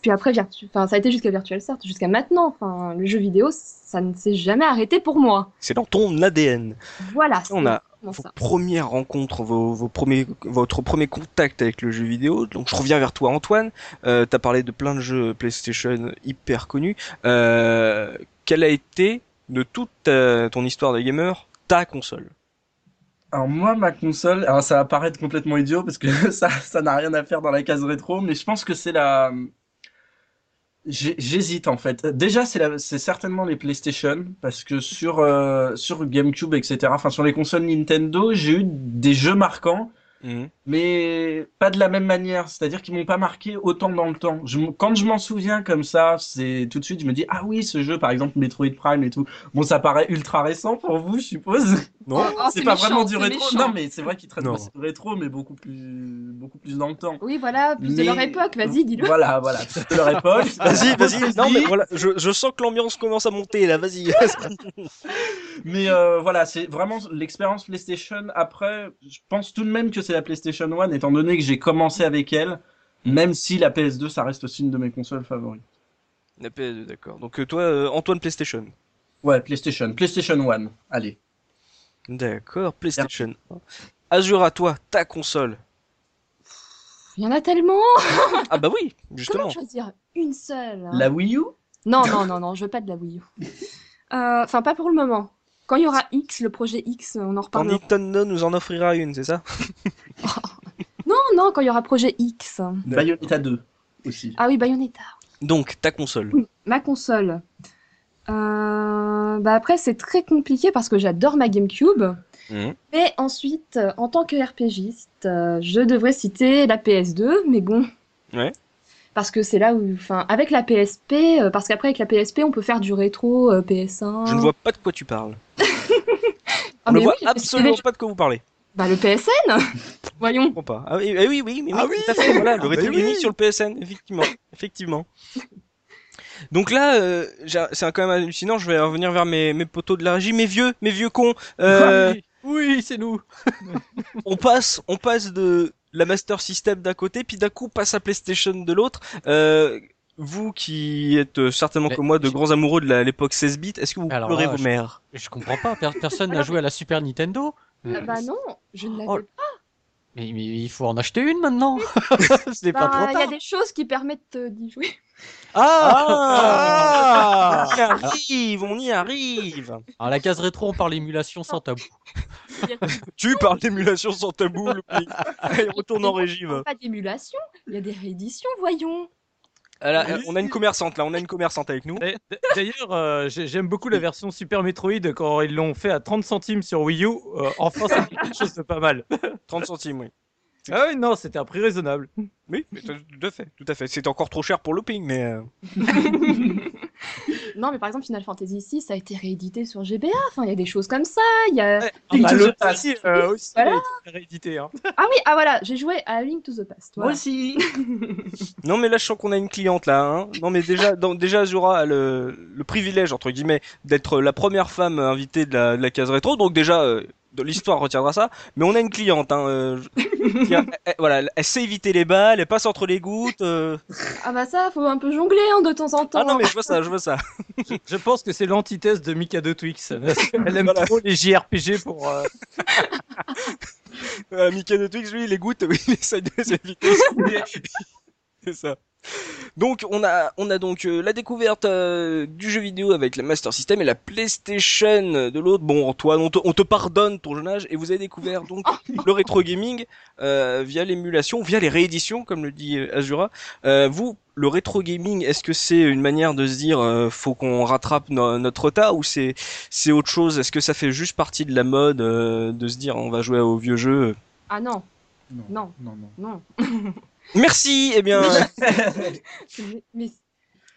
Puis après, virtu... enfin, ça a été jusqu'à Virtual Start, jusqu'à maintenant. Enfin, le jeu vidéo, ça ne s'est jamais arrêté pour moi.
C'est dans ton ADN.
Voilà, c'est
On a
vraiment
vos
ça.
premières rencontres, vos, vos premiers, votre premier contact avec le jeu vidéo. Donc je reviens vers toi Antoine. Euh, T'as parlé de plein de jeux PlayStation hyper connus. Euh, quelle a été de toute ta- ton histoire de gamer ta console
Alors moi, ma console, alors ça va paraître complètement idiot parce que ça, ça n'a rien à faire dans la case rétro, mais je pense que c'est la... J'ai- J'hésite en fait. Déjà, c'est la... c'est certainement les PlayStation parce que sur euh, sur GameCube, etc. Enfin, sur les consoles Nintendo, j'ai eu des jeux marquants,
Mhm.
mais pas de la même manière. C'est-à-dire qu'ils m'ont pas marqué autant dans le temps. Je m- Quand je m'en souviens comme ça, c'est tout de suite, je me dis ah oui, ce jeu, par exemple Metroid Prime et tout. Bon, ça paraît ultra récent pour vous, je suppose
Non.
Oh,
c'est pas
méchant,
vraiment du
c'est
rétro.
méchant.
Non, mais c'est vrai qu'il traite
Non.
pas de rétro, mais beaucoup plus, beaucoup plus dans le temps.
Oui, voilà, plus de
Mais-
leur époque, vas-y, dis-le.
Voilà, voilà, plus de leur époque.
Ah, Vas-y, vas-y. Non mais voilà, je, je sens que l'ambiance commence à monter là. Vas-y.
Mais euh, voilà, c'est vraiment l'expérience PlayStation. Après, je pense tout de même que c'est la PlayStation 1, étant donné que j'ai commencé avec elle, même si la PS2, ça reste aussi une de mes consoles favorites.
La PS2, d'accord. Donc euh, toi, euh, Antoine PlayStation.
Ouais, PlayStation, PlayStation 1, allez.
D'accord, PlayStation. Azura, toi, ta console.
Il y en a tellement.
Ah bah oui,
Comment
justement.
choisir une seule hein
La Wii U
Non, non, non, non, je veux pas de la Wii U. Euh, Enfin, pas pour le moment. Quand il y aura X, le projet X, on en
Quand
reparlera.
Nintendo nous en offrira une, c'est ça
Non, non, quand il y aura projet X.
Bayonetta 2 aussi.
Ah oui, Bayonetta.
Donc, ta console.
Ma console. Euh, Bah après, c'est très compliqué parce que j'adore ma GameCube.
Mhm.
Mais ensuite, euh, en tant que RPGiste, euh, je devrais citer la PS2, mais bon.
Ouais.
Parce que c'est là où, enfin, avec la PSP, euh, parce qu'après avec la PSP, on peut faire du rétro euh, PS1.
Je ne vois pas de quoi tu parles.
Ah,
On ne
mais
voit
oui, parce qu'il y a des
absolument pas de quoi vous parlez.
Bah le PSN Voyons.
comprends pas. Ah oui, ah oui, oui, mais oui,
Ah oui
tout à fait, voilà, le
Ah bah
rétro
oui.
Gaming sur le PSN, effectivement, effectivement. Donc là, euh, j'ai- c'est quand même hallucinant. Je vais revenir vers mes, mes poteaux de la régie, mes vieux, mes vieux cons. Euh,
Oui, oui, c'est nous.
on passe, on passe de la Master System d'un côté, puis d'un coup passe à PlayStation de l'autre. Euh, vous qui êtes euh, certainement
Mais-
comme moi de grands amoureux de la- l'époque 16 bits, est-ce que vous
Alors
pleurez
là,
vos
je-
mères
Je comprends pas. per- Personne n'a joué à la Super Nintendo.
Ah bah non, je ne l'avais
Oh, Mais, mais il faut en acheter une maintenant. Ce n'est
pas.
pas trop
Il y a
tard.
des choses qui permettent euh, d'y jouer.
Ah
On y arrive, on y arrive.
Alors, Ah, la case rétro, on parle émulation sans tabou.
Tu parles d'émulation sans tabou, le pays. Allez, Retourne en régime.
Il y a Pas d'émulation, il y a des rééditions, voyons.
Ah là,
Oui.
on a une commerçante là, on a une commerçante avec nous.
D'a- d'a- D'ailleurs, euh, j'ai- j'aime beaucoup la version Super Metroid quand ils l'ont fait à 30 centimes sur Wii U. euh, enfin, c'est quelque chose de pas mal.
30 centimes, oui.
Ah oui, non, c'était un prix raisonnable.
Oui, mais tout tout à fait, tout à fait. C'était encore trop cher pour le ping, mais euh,
Non, mais par exemple, Final Fantasy VI, ça a été réédité sur GBA. Enfin, il y a des choses comme ça. Il y a...
Ah bah,
to the
le
past.
prix, euh, aussi,
Voilà.
il était réédité. hein.
Ah oui, ah voilà, j'ai joué à Link to the Past.
Moi
Voilà.
aussi.
non, mais là je sens qu'on a une cliente là. Hein. Non, mais déjà, dans- déjà Azura a le, le privilège entre guillemets d'être la première femme invitée de la, de la case rétro, donc déjà euh, de l'histoire retiendra ça. Mais on a une cliente, hein, euh, je- qui a- elle- elle- voilà, elle sait éviter les balles, elle passe entre les gouttes. euh.
Ah bah ça, faut un peu jongler hein, de temps en temps.
Ah non, mais je vois ça, je vois ça.
Je, je pense que c'est l'antithèse de Mikado Twix. Elle aime trop les JRPG pour. euh,
Euh, Mickey de Twix, lui, il écoute, oui, il essaie de les éviter. C'est ça. Donc on a on a donc euh, la découverte euh, du jeu vidéo avec la Master System et la PlayStation de l'autre. Bon Antoine, on te, on te pardonne ton jeune âge et vous avez découvert donc le rétro gaming euh, via l'émulation, via les rééditions comme le dit euh, Azura. Euh, vous le rétro gaming, est-ce que c'est une manière de se dire euh, faut qu'on rattrape no- notre retard ou c'est c'est autre chose Est-ce que ça fait juste partie de la mode euh, de se dire on va jouer aux vieux jeux
Ah non, Non.
non, non.
non.
Merci. Eh bien
Mais- Mais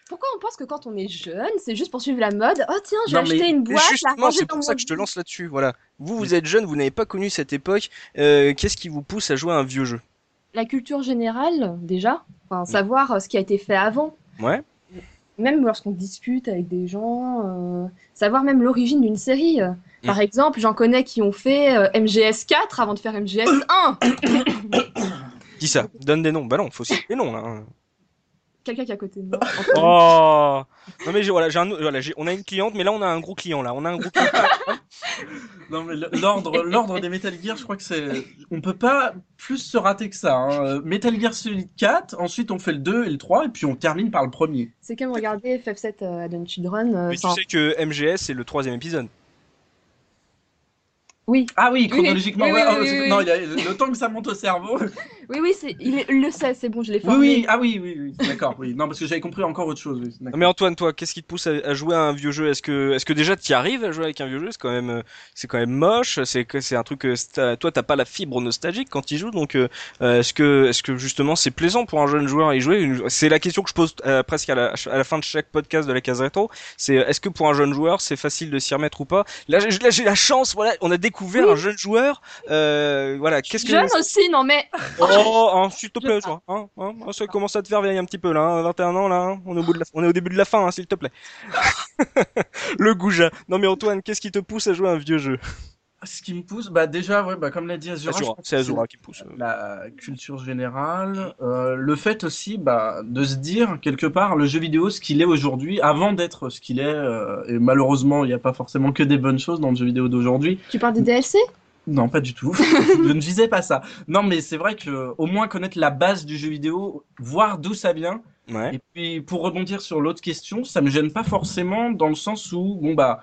pourquoi on pense que quand on est jeune, c'est juste pour suivre la mode Oh tiens, je vais
Non, mais-
acheter une
Et
boîte, la
justement,
ranger
c'est
dans
pour
mon
ça que je te
lit.
lance là-dessus. Voilà. Vous, vous êtes jeune, vous n'avez pas connu cette époque. Euh, Qu'est-ce qui vous pousse à jouer à un vieux jeu
La culture générale, déjà. Enfin,
Mm.
savoir euh, ce qui a été fait avant.
Ouais.
Même lorsqu'on discute avec des gens, euh, savoir même l'origine d'une série. euh.
Mm.
Par exemple, j'en connais qui ont fait euh, MGS4 avant de faire MGS1.
Dis ça. Donne des noms. Bah non, faut citer des noms là. hein.
Quelqu'un qui est à côté de moi.
Oh. Non mais j'ai- voilà, j'ai un, voilà, j'ai- on a une cliente, mais là on a un gros client là. On a un gros. client.
Non, mais le- l'ordre, l'ordre des Metal Gear, je crois que c'est. On peut pas plus se rater que ça. hein. Euh, Metal Gear Solid 4, ensuite on fait le 2 et le 3, et puis on termine par le premier.
C'est comme regarder FF7 euh, Advent Children. euh,
mais tu
sans-
sais que MGS c'est le troisième épisode.
Oui,
Ah oui,
Oui,
chronologiquement,
oui,
ouais,
oui,
oh,
oui,
c'est-
oui,
non,
oui.
il y a- le temps que ça monte au cerveau.
oui, oui, c'est- il, est- il le sait, c'est bon, je l'ai
Oui,
formé.
oui, ah oui, oui, oui. d'accord, oui. Non, parce que j'avais compris encore autre chose. oui, d'accord.
Non, mais Antoine, toi, qu'est-ce qui te pousse à, à jouer à un vieux jeu Est-ce que, est-ce que déjà t'y arrives à jouer avec un vieux jeu C'est quand même, euh, c'est quand même moche. C'est que c'est un truc que c'est- t'as- toi t'as pas la fibre nostalgique quand tu joues. Donc euh, euh, est-ce que, est-ce que justement c'est plaisant pour un jeune joueur à y jouer C'est la question que je pose euh, presque à la, à la fin de chaque podcast de la case rétro. C'est euh, est-ce que pour un jeune joueur c'est facile de s'y remettre ou pas Là, j'ai- là, j'ai la chance. Voilà, on a découvert
Oui.
un jeune joueur. Euh, voilà, qu'est-ce que
Jeune aussi, non mais
Oh, hein, s'il te
Je
plaît,
pars.
toi. Hein, hein, hein, ça commence à te faire vieillir un petit peu, là. hein, 21 ans, là. hein, on, est au bout de la- on est au début de la fin, hein, s'il te plaît. le goujat. Non, mais Antoine, qu'est-ce qui te pousse à jouer à un vieux jeu
Ce qui me pousse, bah déjà, ouais, bah, comme l'a dit Azura, je
Azura,
pense que
c'est Azura qui pousse.
c'est La culture générale, euh, le fait aussi bah, de se dire quelque part le jeu vidéo ce qu'il est aujourd'hui avant d'être ce qu'il est, euh, et malheureusement il n'y a pas forcément que des bonnes choses dans le jeu vidéo d'aujourd'hui.
tu parles des DLC
Non, pas du tout, je ne visais pas ça. Non, mais c'est vrai que euh, au moins connaître la base du jeu vidéo, voir d'où ça vient,
Ouais.
et puis pour rebondir sur l'autre question, ça me gêne pas forcément dans le sens où bon bah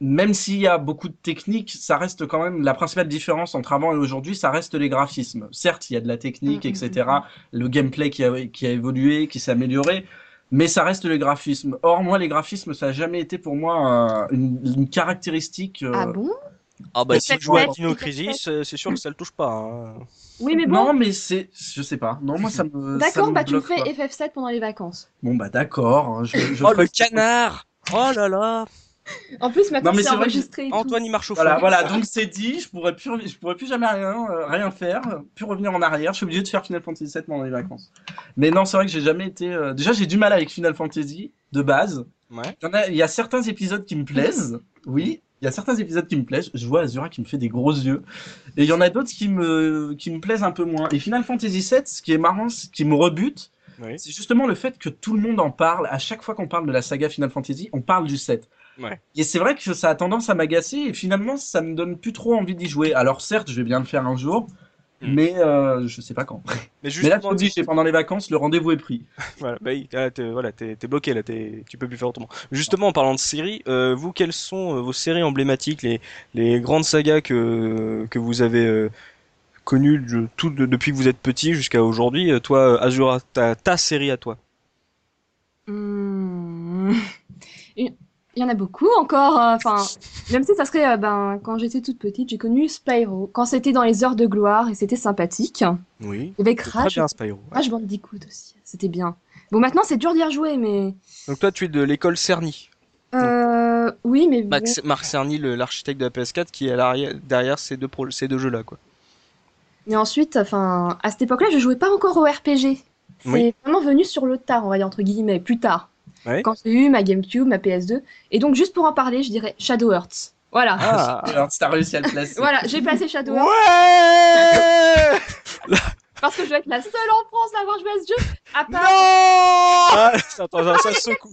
même s'il y a beaucoup de techniques, ça reste quand même la principale différence entre avant et aujourd'hui, ça reste les graphismes. Certes, il y a de la technique,
Mm, mm,
etc. Le gameplay qui a, qui a évolué, qui s'est amélioré, mais ça reste les graphismes. Or, moi, les graphismes, ça n'a jamais été pour moi un- une, une caractéristique. euh,
Ah bon
Ah, bah, si
Peut-être
tu joues à
pas,
Dino
peut-être
Crisis, euh, c'est sûr que ça le touche pas. hein.
Oui, mais bon.
Non, mais c'est, je sais pas. Non, moi, ça me. ça
D'accord,
me
bah tu me
bloque
fais
pas.
FF7 pendant les vacances.
Bon bah d'accord. hein, Je, je
Oh, le
ferai-
canard Oh là là
En plus, maintenant,
Non, mais
c'est
c'est vrai que-
enregistré. et tout.
Antoine, il marche au fond.
Voilà, voilà, donc c'est dit, je pourrais plus, rev- je pourrais plus jamais rien, euh, rien faire, euh, plus revenir en arrière. Je suis obligé de faire Final Fantasy VII pendant les vacances. Mais non, c'est vrai que j'ai jamais été. euh, Déjà, j'ai du mal avec Final Fantasy de base.
Ouais.
Il y en a, il y a certains épisodes qui me plaisent, oui. Il y a certains épisodes qui me plaisent. Je vois Azura qui me fait des gros yeux. Et il y en a d'autres qui me, qui me plaisent un peu moins. Et Final Fantasy VII, ce qui est marrant, ce qui me rebute,
Oui.
c'est justement le fait que tout le monde en parle. À chaque fois qu'on parle de la saga Final Fantasy, on parle du 7.
Ouais.
Et c'est vrai que ça a tendance à m'agacer et finalement ça me donne plus trop envie d'y jouer. Alors certes, je vais bien le faire un jour,
Mm.
mais euh, je sais pas quand.
Mais
Mais là, je
justement,
te dis, c'est pendant les vacances, le rendez-vous est pris.
Voilà, bah, oui, là, t'es, voilà, t'es, t'es bloqué là, t'es, tu peux plus faire autrement. Justement, en parlant de séries, euh, vous, quelles sont euh, vos séries emblématiques, les, les grandes sagas que, que vous avez euh, connues de- tout, de- depuis que vous êtes petit jusqu'à aujourd'hui Euh, Toi, euh, Azura, ta, ta série à toi
Hmm. Il il y en a beaucoup encore. euh, Enfin, même si ça serait, euh, ben, quand j'étais toute petite, j'ai connu Spyro. Quand c'était dans les heures de gloire et c'était sympathique.
Oui.
Il y avait
Très
Crash,
bien, Spyro.
Crash Bandicoot aussi. C'était bien. Bon, maintenant c'est dur d'y rejouer, mais
Donc toi, tu es de l'école Cerny.
euh, oui, mais bon.
Max, Marc Cerny, le- l'architecte de la PS4, qui est à l'arrière, derrière ces deux, pro- ces deux jeux-là, quoi.
Mais ensuite, enfin, à cette époque-là, je jouais pas encore au RPG. C'est
Oui.
vraiment venu sur le tard, on va dire entre guillemets, plus tard.
Ouais.
Quand j'ai eu ma GameCube, ma PS2. Et donc, juste pour en parler, je dirais Shadow Hearts. Voilà.
Ah,
Alors, si t'as réussi à le placer.
Voilà, j'ai placé Shadow Hearts
Ouais
parce que je vais être la seule en France à avoir joué à ce jeu. À part...
Ah, attends, ça, ça secoue.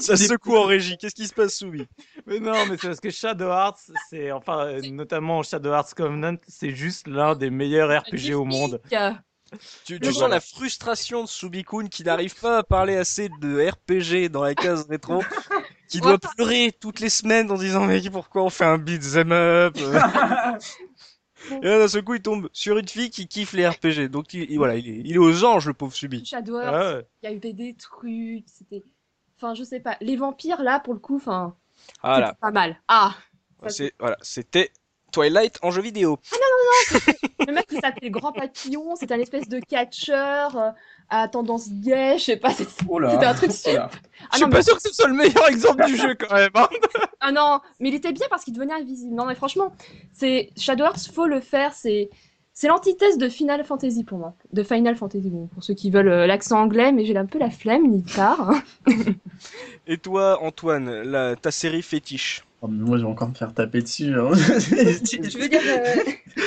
Ça secoue en régie. Qu'est-ce qui se passe, Soubi
Mais non, mais c'est parce que Shadow Hearts, c'est enfin euh, notamment Shadow Hearts Covenant, c'est juste l'un des meilleurs
euh,
RPG au monde.
Tu, tu sens la frustration de Subikun qui n'arrive pas à parler assez de RPG dans la case rétro, qui doit pleurer toutes les semaines en disant mais pourquoi on fait un beat'em up Et là d'un seul coup il tombe sur une fille qui kiffe les RPG, donc il, il- voilà il est, il est aux anges le pauvre Subi.
Shadow Hearts,
Ah ouais.
il y avait des trucs, c'était... Enfin, je sais pas. Les vampires, là, pour le coup, enfin,
Voilà,
c'était pas mal. Ah
c'est voilà c'était Twilight en jeu vidéo.
Le mec, il s'appelait Grand Papillon, c'était un espèce de catcheur euh, à tendance gay, je sais pas. c'est-
Oh là.
C'était un truc
oh là.
Ah
je
non,
suis
mais...
pas sûr que ce soit le meilleur exemple du jeu quand même. hein.
ah non, mais il était bien parce qu'il devenait invisible. Non, mais franchement, c'est Shadow Hearts, faut le faire, c'est... C'est l'antithèse de Final Fantasy pour moi. De Final Fantasy, bon, pour ceux qui veulent euh, l'accent anglais, mais j'ai un peu la flemme, ni tard.
Et toi Antoine, la, ta série fétiche
Oh, mais moi, je vais encore me faire taper dessus. hein. je
veux dire, euh,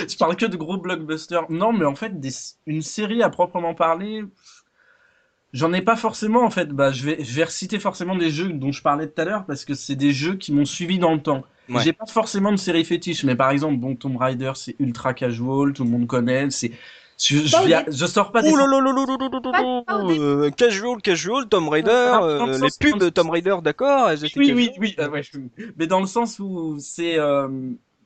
je parle que de gros blockbusters. Non, mais en fait, des- une série à proprement parler, j'en ai pas forcément en fait. Bah, je vais, je vais reciter forcément des jeux dont je parlais tout à l'heure parce que c'est des jeux qui m'ont suivi dans le temps.
Ouais.
J'ai pas forcément de série fétiche, mais par exemple, bon, Tomb Raider, c'est ultra casual, tout le monde connaît, c'est. Je, je,
Pas au
vais à- je sors pas des
Ouh là là là là là là là là
Pas- pas au
là. Euh, Casual, casual, Tomb Raider,
Ah,
euh,
dans le
les
sens-
pubs
dans
de
le
Tomb Raider, d'accord elles étaient
Oui,
casual.
oui, oui. ah ouais, je- Mais dans le sens où c'est. euh,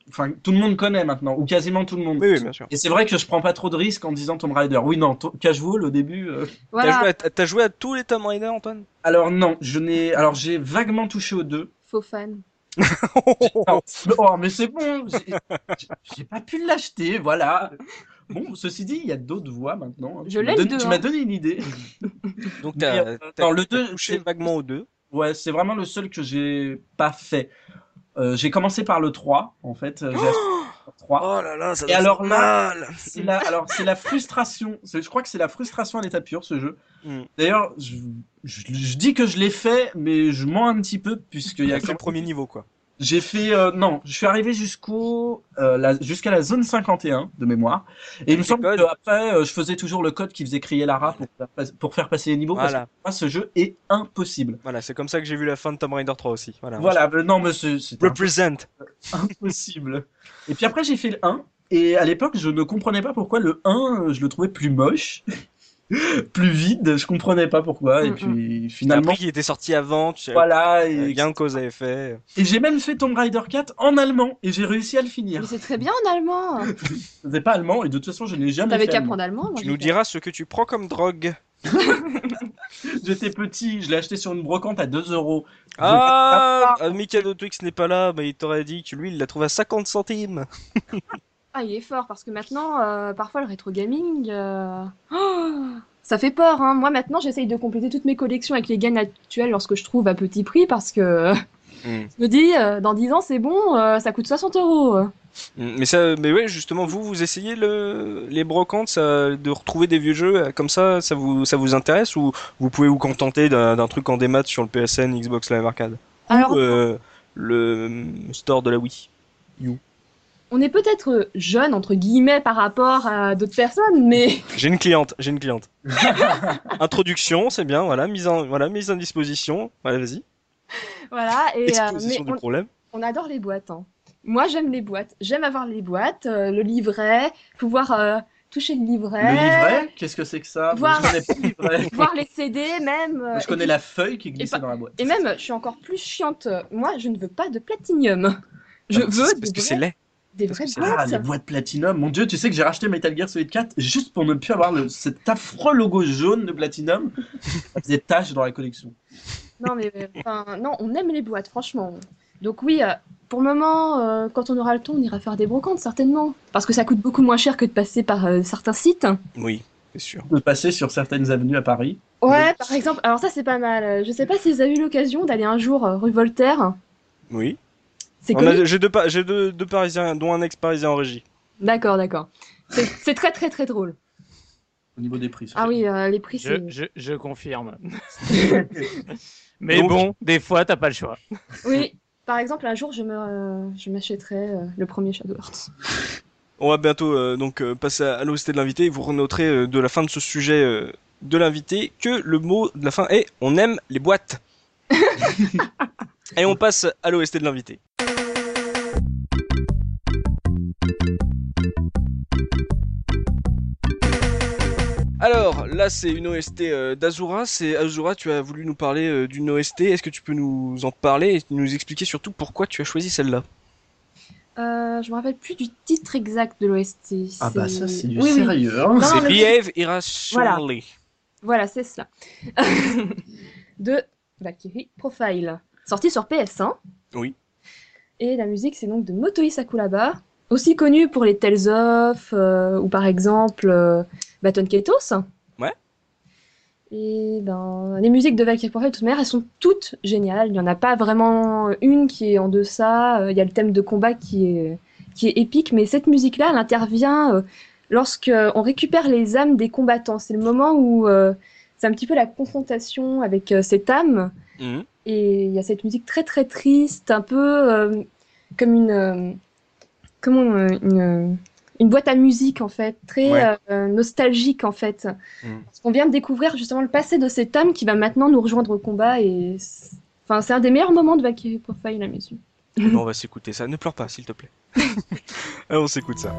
Enfin, tout le monde connaît maintenant, ou quasiment tout le monde.
Oui, oui, bien sûr.
Et c'est vrai que je prends pas trop de risques en disant Tomb Raider. Oui, non, to- casual au début. euh,
T'as
Voilà,
joué, à- t'as joué à tous les Tomb Raider, Antoine
Alors non, je n'ai. Alors j'ai vaguement touché aux deux.
faux fan.
Non, mais- oh, mais c'est bon, j'ai- j'ai- j'ai pas pu l'acheter, voilà. Bon, ceci dit, il y a d'autres voies maintenant. hein.
Je l'ai,
Tu m'as
le
donné-
deux,
Tu
hein.
m'as donné une idée.
Donc
Mais,
t'as
euh,
t'as-
non, le
t'as
deux,
touché
c'est-
vaguement aux deux.
Ouais, c'est vraiment le seul que j'ai pas fait. Euh, j'ai commencé par le 3, en fait. euh, J'ai acheté le 3.
Oh là là, ça
doit alors faire là-
mal
C'est la, alors c'est la frustration. C'est- Je crois que c'est la frustration à l'état pur ce jeu.
Mm.
D'ailleurs, je, je- je dis que je l'ai fait, mais je mens un petit peu puisque il y a
Avec le premier niveau, quoi.
J'ai fait euh, non, je suis arrivé jusqu'au euh, la- jusqu'à la zone 51 de mémoire. Et il me semble
codes.
que après, euh, je faisais toujours le code qui faisait crier Lara pour faire, pas- pour faire passer les niveaux.
Voilà,
Parce que moi, ce jeu est impossible.
voilà c'est comme ça que j'ai vu la fin de Tomb Raider 3 aussi. Voilà.
Voilà, mais non, mais c'est c'est
Represent.
impossible. Et puis après, j'ai fait le 1. Et à l'époque, je ne comprenais pas pourquoi le 1, euh, je le trouvais plus moche, plus vide. Je comprenais pas pourquoi. Et
Mm,
puis
Finalement,
finalement,
après, il était sorti avant, tu sais.
voilà.
euh,
Et,
Lien de cause à effet.
et j'ai même fait Tomb Raider 4 en allemand. Et j'ai réussi à le finir.
Mais c'est très bien en allemand.
Je faisais pas allemand. Et de toute façon, je n'ai jamais
T'avais
fait.
qu'à
allemand.
prendre allemand. moi,
Tu
j'ai
nous
fait.
diras ce que tu prends comme drogue.
J'étais petit. Je l'ai acheté sur une brocante à 2 euros. Je-
Ah, ah, Mikado Twix n'est pas là, bah, il t'aurait dit que lui, il l'a trouvé à 50 centimes.
Ah, il est fort parce que maintenant, euh, parfois le rétro gaming, euh, oh, ça fait peur. Hein. Moi maintenant, j'essaye de compléter toutes mes collections avec les gains actuels lorsque je trouve à petit prix parce que
Mm.
Je me dis, euh, dans 10 ans, c'est bon, euh, ça coûte 60 euros.
Mm, Mais ça, mais ouais, justement, vous, vous essayez le, les brocantes, ça, de retrouver des vieux jeux euh, comme ça, ça vous, ça vous intéresse ou vous pouvez vous contenter d'un d'un truc en démat sur le PSN, Xbox Live Arcade
Alors,
ou euh, le euh, store de la Wii.
on est peut-être jeune, entre guillemets, par rapport à d'autres personnes, mais
J'ai une cliente, j'ai une cliente. Introduction, c'est bien, voilà, mise en, voilà, mise en disposition, voilà, vas-y.
voilà. Et, euh, mais
Exposition
on-
du problème.
On adore les boîtes. hein. Moi, j'aime les boîtes. J'aime avoir les boîtes, euh, le livret, pouvoir euh, toucher le livret,
Le livret, qu'est-ce que c'est que ça
Voir-
Je connais pas le livret.
voir les CD même. euh,
Je connais
et,
la feuille qui
et
glissait
pas-
dans la boîte.
et même, je suis encore plus chiante. Moi, je ne veux pas de platinium. Je
Ah,
veux
c'est-
des
parce que
vraies,
c'est laid.
des
parce
vraies
que c'est-
boîtes.
Ah, les boîtes platinum. Mon dieu, tu sais que j'ai racheté Metal Gear Solid 4 juste pour ne plus avoir le, cet affreux logo jaune de platinum. Ça faisait tache dans la collection.
Non, mais euh, enfin, non, on aime les boîtes, franchement. Donc oui, euh, pour le moment, euh, quand on aura le temps, on ira faire des brocantes, certainement. Parce que ça coûte beaucoup moins cher que de passer par euh, certains sites.
Oui, c'est sûr.
De passer sur certaines avenues à Paris.
Ouais, par exemple, alors ça, c'est pas mal. Je sais pas si vous avez eu l'occasion d'aller un jour euh, rue Voltaire.
Oui.
C'est
On
connu.
a- J'ai deux, pa- j'ai deux, deux Parisiens, dont un ex-Parisien en régie.
D'accord, d'accord. C'est- C'est très très très drôle.
Au niveau des prix.
Ah oui, euh, les prix,
Je,
c'est...
je- je confirme.
Mais
Mais
Donc-
bon, des fois, t'as pas le choix.
Oui, par exemple, un jour, je me, euh, je m'achèterai euh, le premier Shadowhearts.
On va bientôt euh, donc euh, passer à l'hosté de l'invité. Vous renoterez euh, de la fin de ce sujet euh, de l'invité que le mot de la fin est on aime les boîtes. Et on passe à l'OST de l'invité. Alors là c'est une OST euh, d'Azura, c'est Azura tu as voulu nous parler euh, d'une OST, est-ce que tu peux nous en parler et nous expliquer surtout pourquoi tu as choisi celle-là
Euh, je me rappelle plus du titre exact de l'OST.
Ah bah ça, c'est du
Oui, oui.
sérieux. hein.
Non,
C'est
mais-
Behave Irrationally.
Voilà, c'est cela. de Valkyrie Profile, sorti sur PS1.
Oui.
Et la musique, c'est donc de Motoi Sakuraba, aussi connu pour les Tales of, euh, ou par exemple euh, Baton Ketos.
Ouais.
Et ben, les musiques de Valkyrie Profile, de toute manière, elles sont toutes géniales. Il n'y en a pas vraiment une qui est en deçà. Euh, Il y a le thème de combat qui est, qui est épique, mais cette musique-là, elle intervient euh, lorsque on récupère les âmes des combattants. C'est le moment où euh, c'est un petit peu la confrontation avec euh, cette âme.
Mhm.
Et il y a cette musique très très triste, un peu euh, comme une, euh, comment, euh, une, euh, une boîte à musique en fait, très
Ouais.
euh, nostalgique en fait.
Mm.
Parce qu'on vient de découvrir justement le passé de cette âme qui va maintenant nous rejoindre au combat. Et c'est- enfin, c'est un des meilleurs moments de Valkyrie Profile, la musique.
Bon, on va s'écouter ça. Ne pleure pas, s'il te plaît. Allez, on s'écoute ça.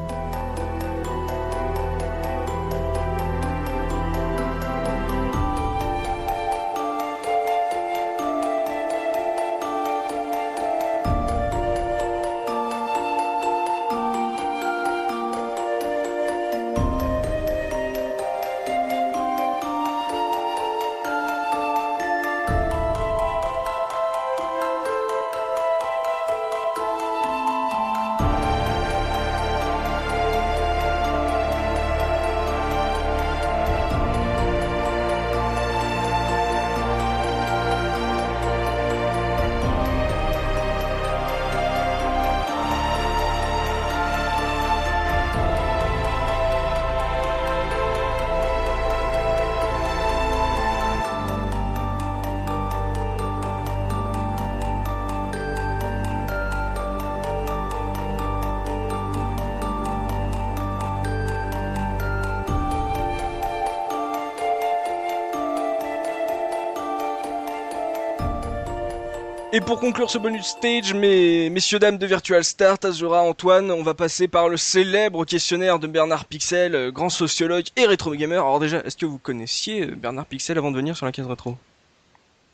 Et pour conclure ce bonus stage, mes messieurs dames de Virtual Start, Azura, Antoine, on va passer par le célèbre questionnaire de Bernard Pixel, euh, grand sociologue et rétro gamer. Alors déjà, est-ce que vous connaissiez euh, Bernard Pixel avant de venir sur la case rétro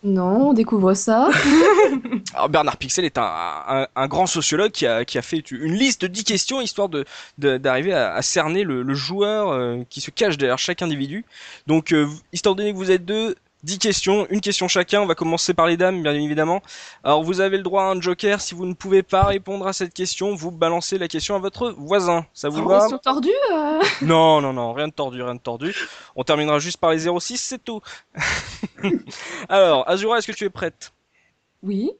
Non, on découvre ça.
Alors Bernard Pixel est un, un, un grand sociologue qui a, qui a fait une liste de 10 questions histoire de de- d'arriver à, à cerner le, le joueur euh, qui se cache derrière chaque individu. Donc euh, vous- histoire donné que vous êtes deux, 10 questions, une question chacun, on va commencer par les dames bien évidemment. Alors vous avez le droit à un joker, si vous ne pouvez pas répondre à cette question, vous balancez la question à votre voisin. Ça vous va
Question tordue. euh,
non, non, non, rien de tordu, rien de tordu. On terminera juste par les 06, c'est tout. Alors, Azura, est-ce que tu es prête
Oui.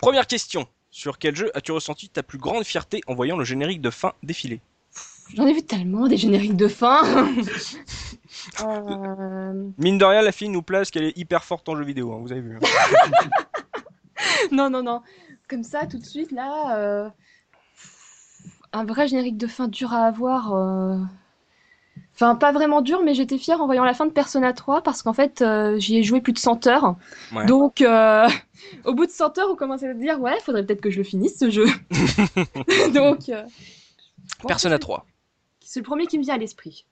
Première question. Sur quel jeu as-tu ressenti ta plus grande fierté en voyant le générique de fin défiler
J'en ai vu tellement des génériques de fin. Euh,
Mine de rien, la fille nous place qu'elle est hyper forte en jeu vidéo, hein, vous avez vu. hein.
Non, non, non. Comme ça, tout de suite, là, euh, un vrai générique de fin dur à avoir. euh. Enfin, pas vraiment dur, mais j'étais fière en voyant la fin de Persona 3 parce qu'en fait, euh, j'y ai joué plus de 100 heures.
Ouais.
Donc, euh, au bout de 100 heures, on commençait à se dire Ouais, faudrait peut-être que je le finisse ce jeu. Donc, euh, je pense
Persona
que
3.
c'est c'est le premier qui me vient à l'esprit.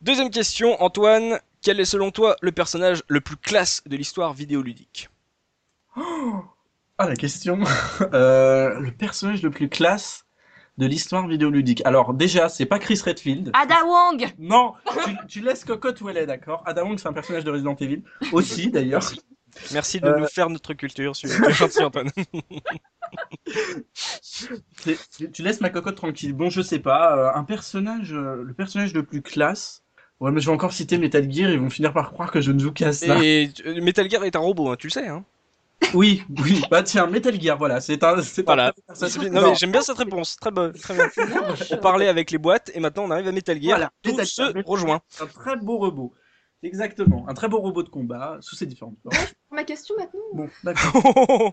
Deuxième question, Antoine. Quel est selon toi le personnage le plus classe de l'histoire vidéoludique
Ah, la question. Euh, le personnage le plus classe de l'histoire vidéoludique. Alors, déjà, c'est pas Chris Redfield.
Ah.
Ada Wong
Non, tu, tu laisses Cocotte où elle est, d'accord Ada Wong, c'est un personnage de Resident Evil. Aussi, d'ailleurs.
Merci de
Euh.
nous faire notre culture, sur c'est gentil Antoine.
C'est- Tu, tu laisses ma cocotte tranquille. Bon, je sais pas. euh, un personnage, euh, le personnage le plus classe. Ouais, mais je vais encore citer Metal Gear. Ils vont finir par croire que je ne joue qu'à ça.
Et euh, Metal Gear est un robot, hein, tu le sais. Hein.
Oui, oui. Bah tiens, Metal Gear. Voilà, c'est un, c'est un
Voilà.
personnage-
Non,
Non,
mais j'aime bien cette réponse, très bonne. Très bien.
Vache.
On parlait avec les boîtes et maintenant on arrive à Metal Gear.
Voilà,
Tout
Metal Gear,
se
Metal
rejoint.
un très beau robot. Exactement, un très beau robot de combat sous ses différentes formes.
Ma question maintenant
Bon, d'accord.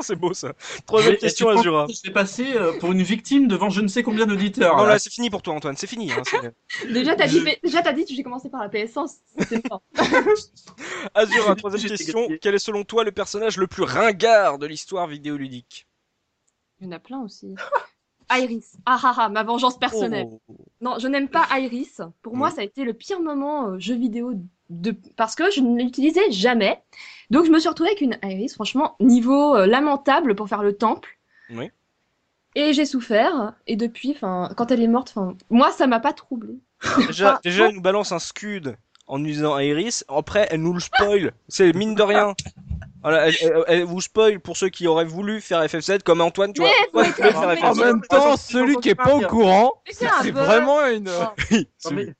c'est beau ça. Troisième
Mais
question,
tu penses
Azura.
que Je vais passer euh, pour une victime devant je ne sais combien d'auditeurs.
Non,
là.
là, c'est fini pour toi, Antoine, c'est fini. hein, c'est-
Déjà, t'as dit,
Je-
déjà, t'as dit, j'ai commencé par la PS1, c'est mort.
Azura, troisième
J'étais
question.
grillé.
Quel est selon toi le personnage le plus ringard de l'histoire vidéoludique
Il y en a plein aussi. Iris. Ah ah ah, ma vengeance personnelle.
Oh. Mm.
Non, je n'aime pas Iris. Pour moi, ça a été le pire moment euh, jeu vidéo de... parce que je ne l'utilisais jamais. Donc, je me suis retrouvée avec une Iris, franchement, niveau euh, lamentable pour faire le temple.
Oui.
Et j'ai souffert. Et depuis, enfin, quand elle est morte, enfin, moi, ça m'a pas troublée.
Déjà,
Ah,
déjà elle nous balance un scud en nous disant Iris, après elle nous le spoil, c'est mine de rien. Voilà, elle, elle- elle vous spoil pour ceux qui auraient voulu faire FF7 comme Antoine, tu vois.
faut
Ouais,
être-
tu
hein.
veux faire
mais-
FF7.
En même temps, celui qui est pas au courant,
Mais c'est un
c'est
peu-
vraiment une.
Oh.
Non, mais-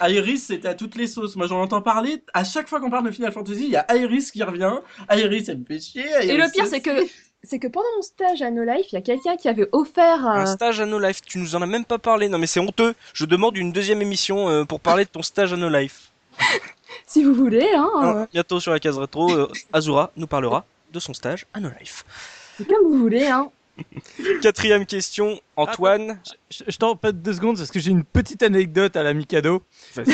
Aeris, c'était à toutes les sauces. Moi, j'en entends parler. À chaque fois qu'on parle de Final Fantasy, il y a Aeris qui revient. Aeris, elle me fait chier. Aeris,
Et le pire, c'est que, c'est que pendant mon stage à No Life, il y a quelqu'un qui avait offert
Un
euh,
stage à No Life, tu nous en as même pas parlé. Non mais c'est honteux. Je demande une deuxième émission euh, pour parler de ton stage à No Life.
si vous voulez, hein,
Ah.
euh,
Bientôt sur la case rétro, euh, Azura nous parlera de son stage à No Life.
c'est comme vous voulez, hein.
Quatrième question, Antoine.
Je, je t'en pas deux secondes parce que j'ai une petite anecdote à la Mikado.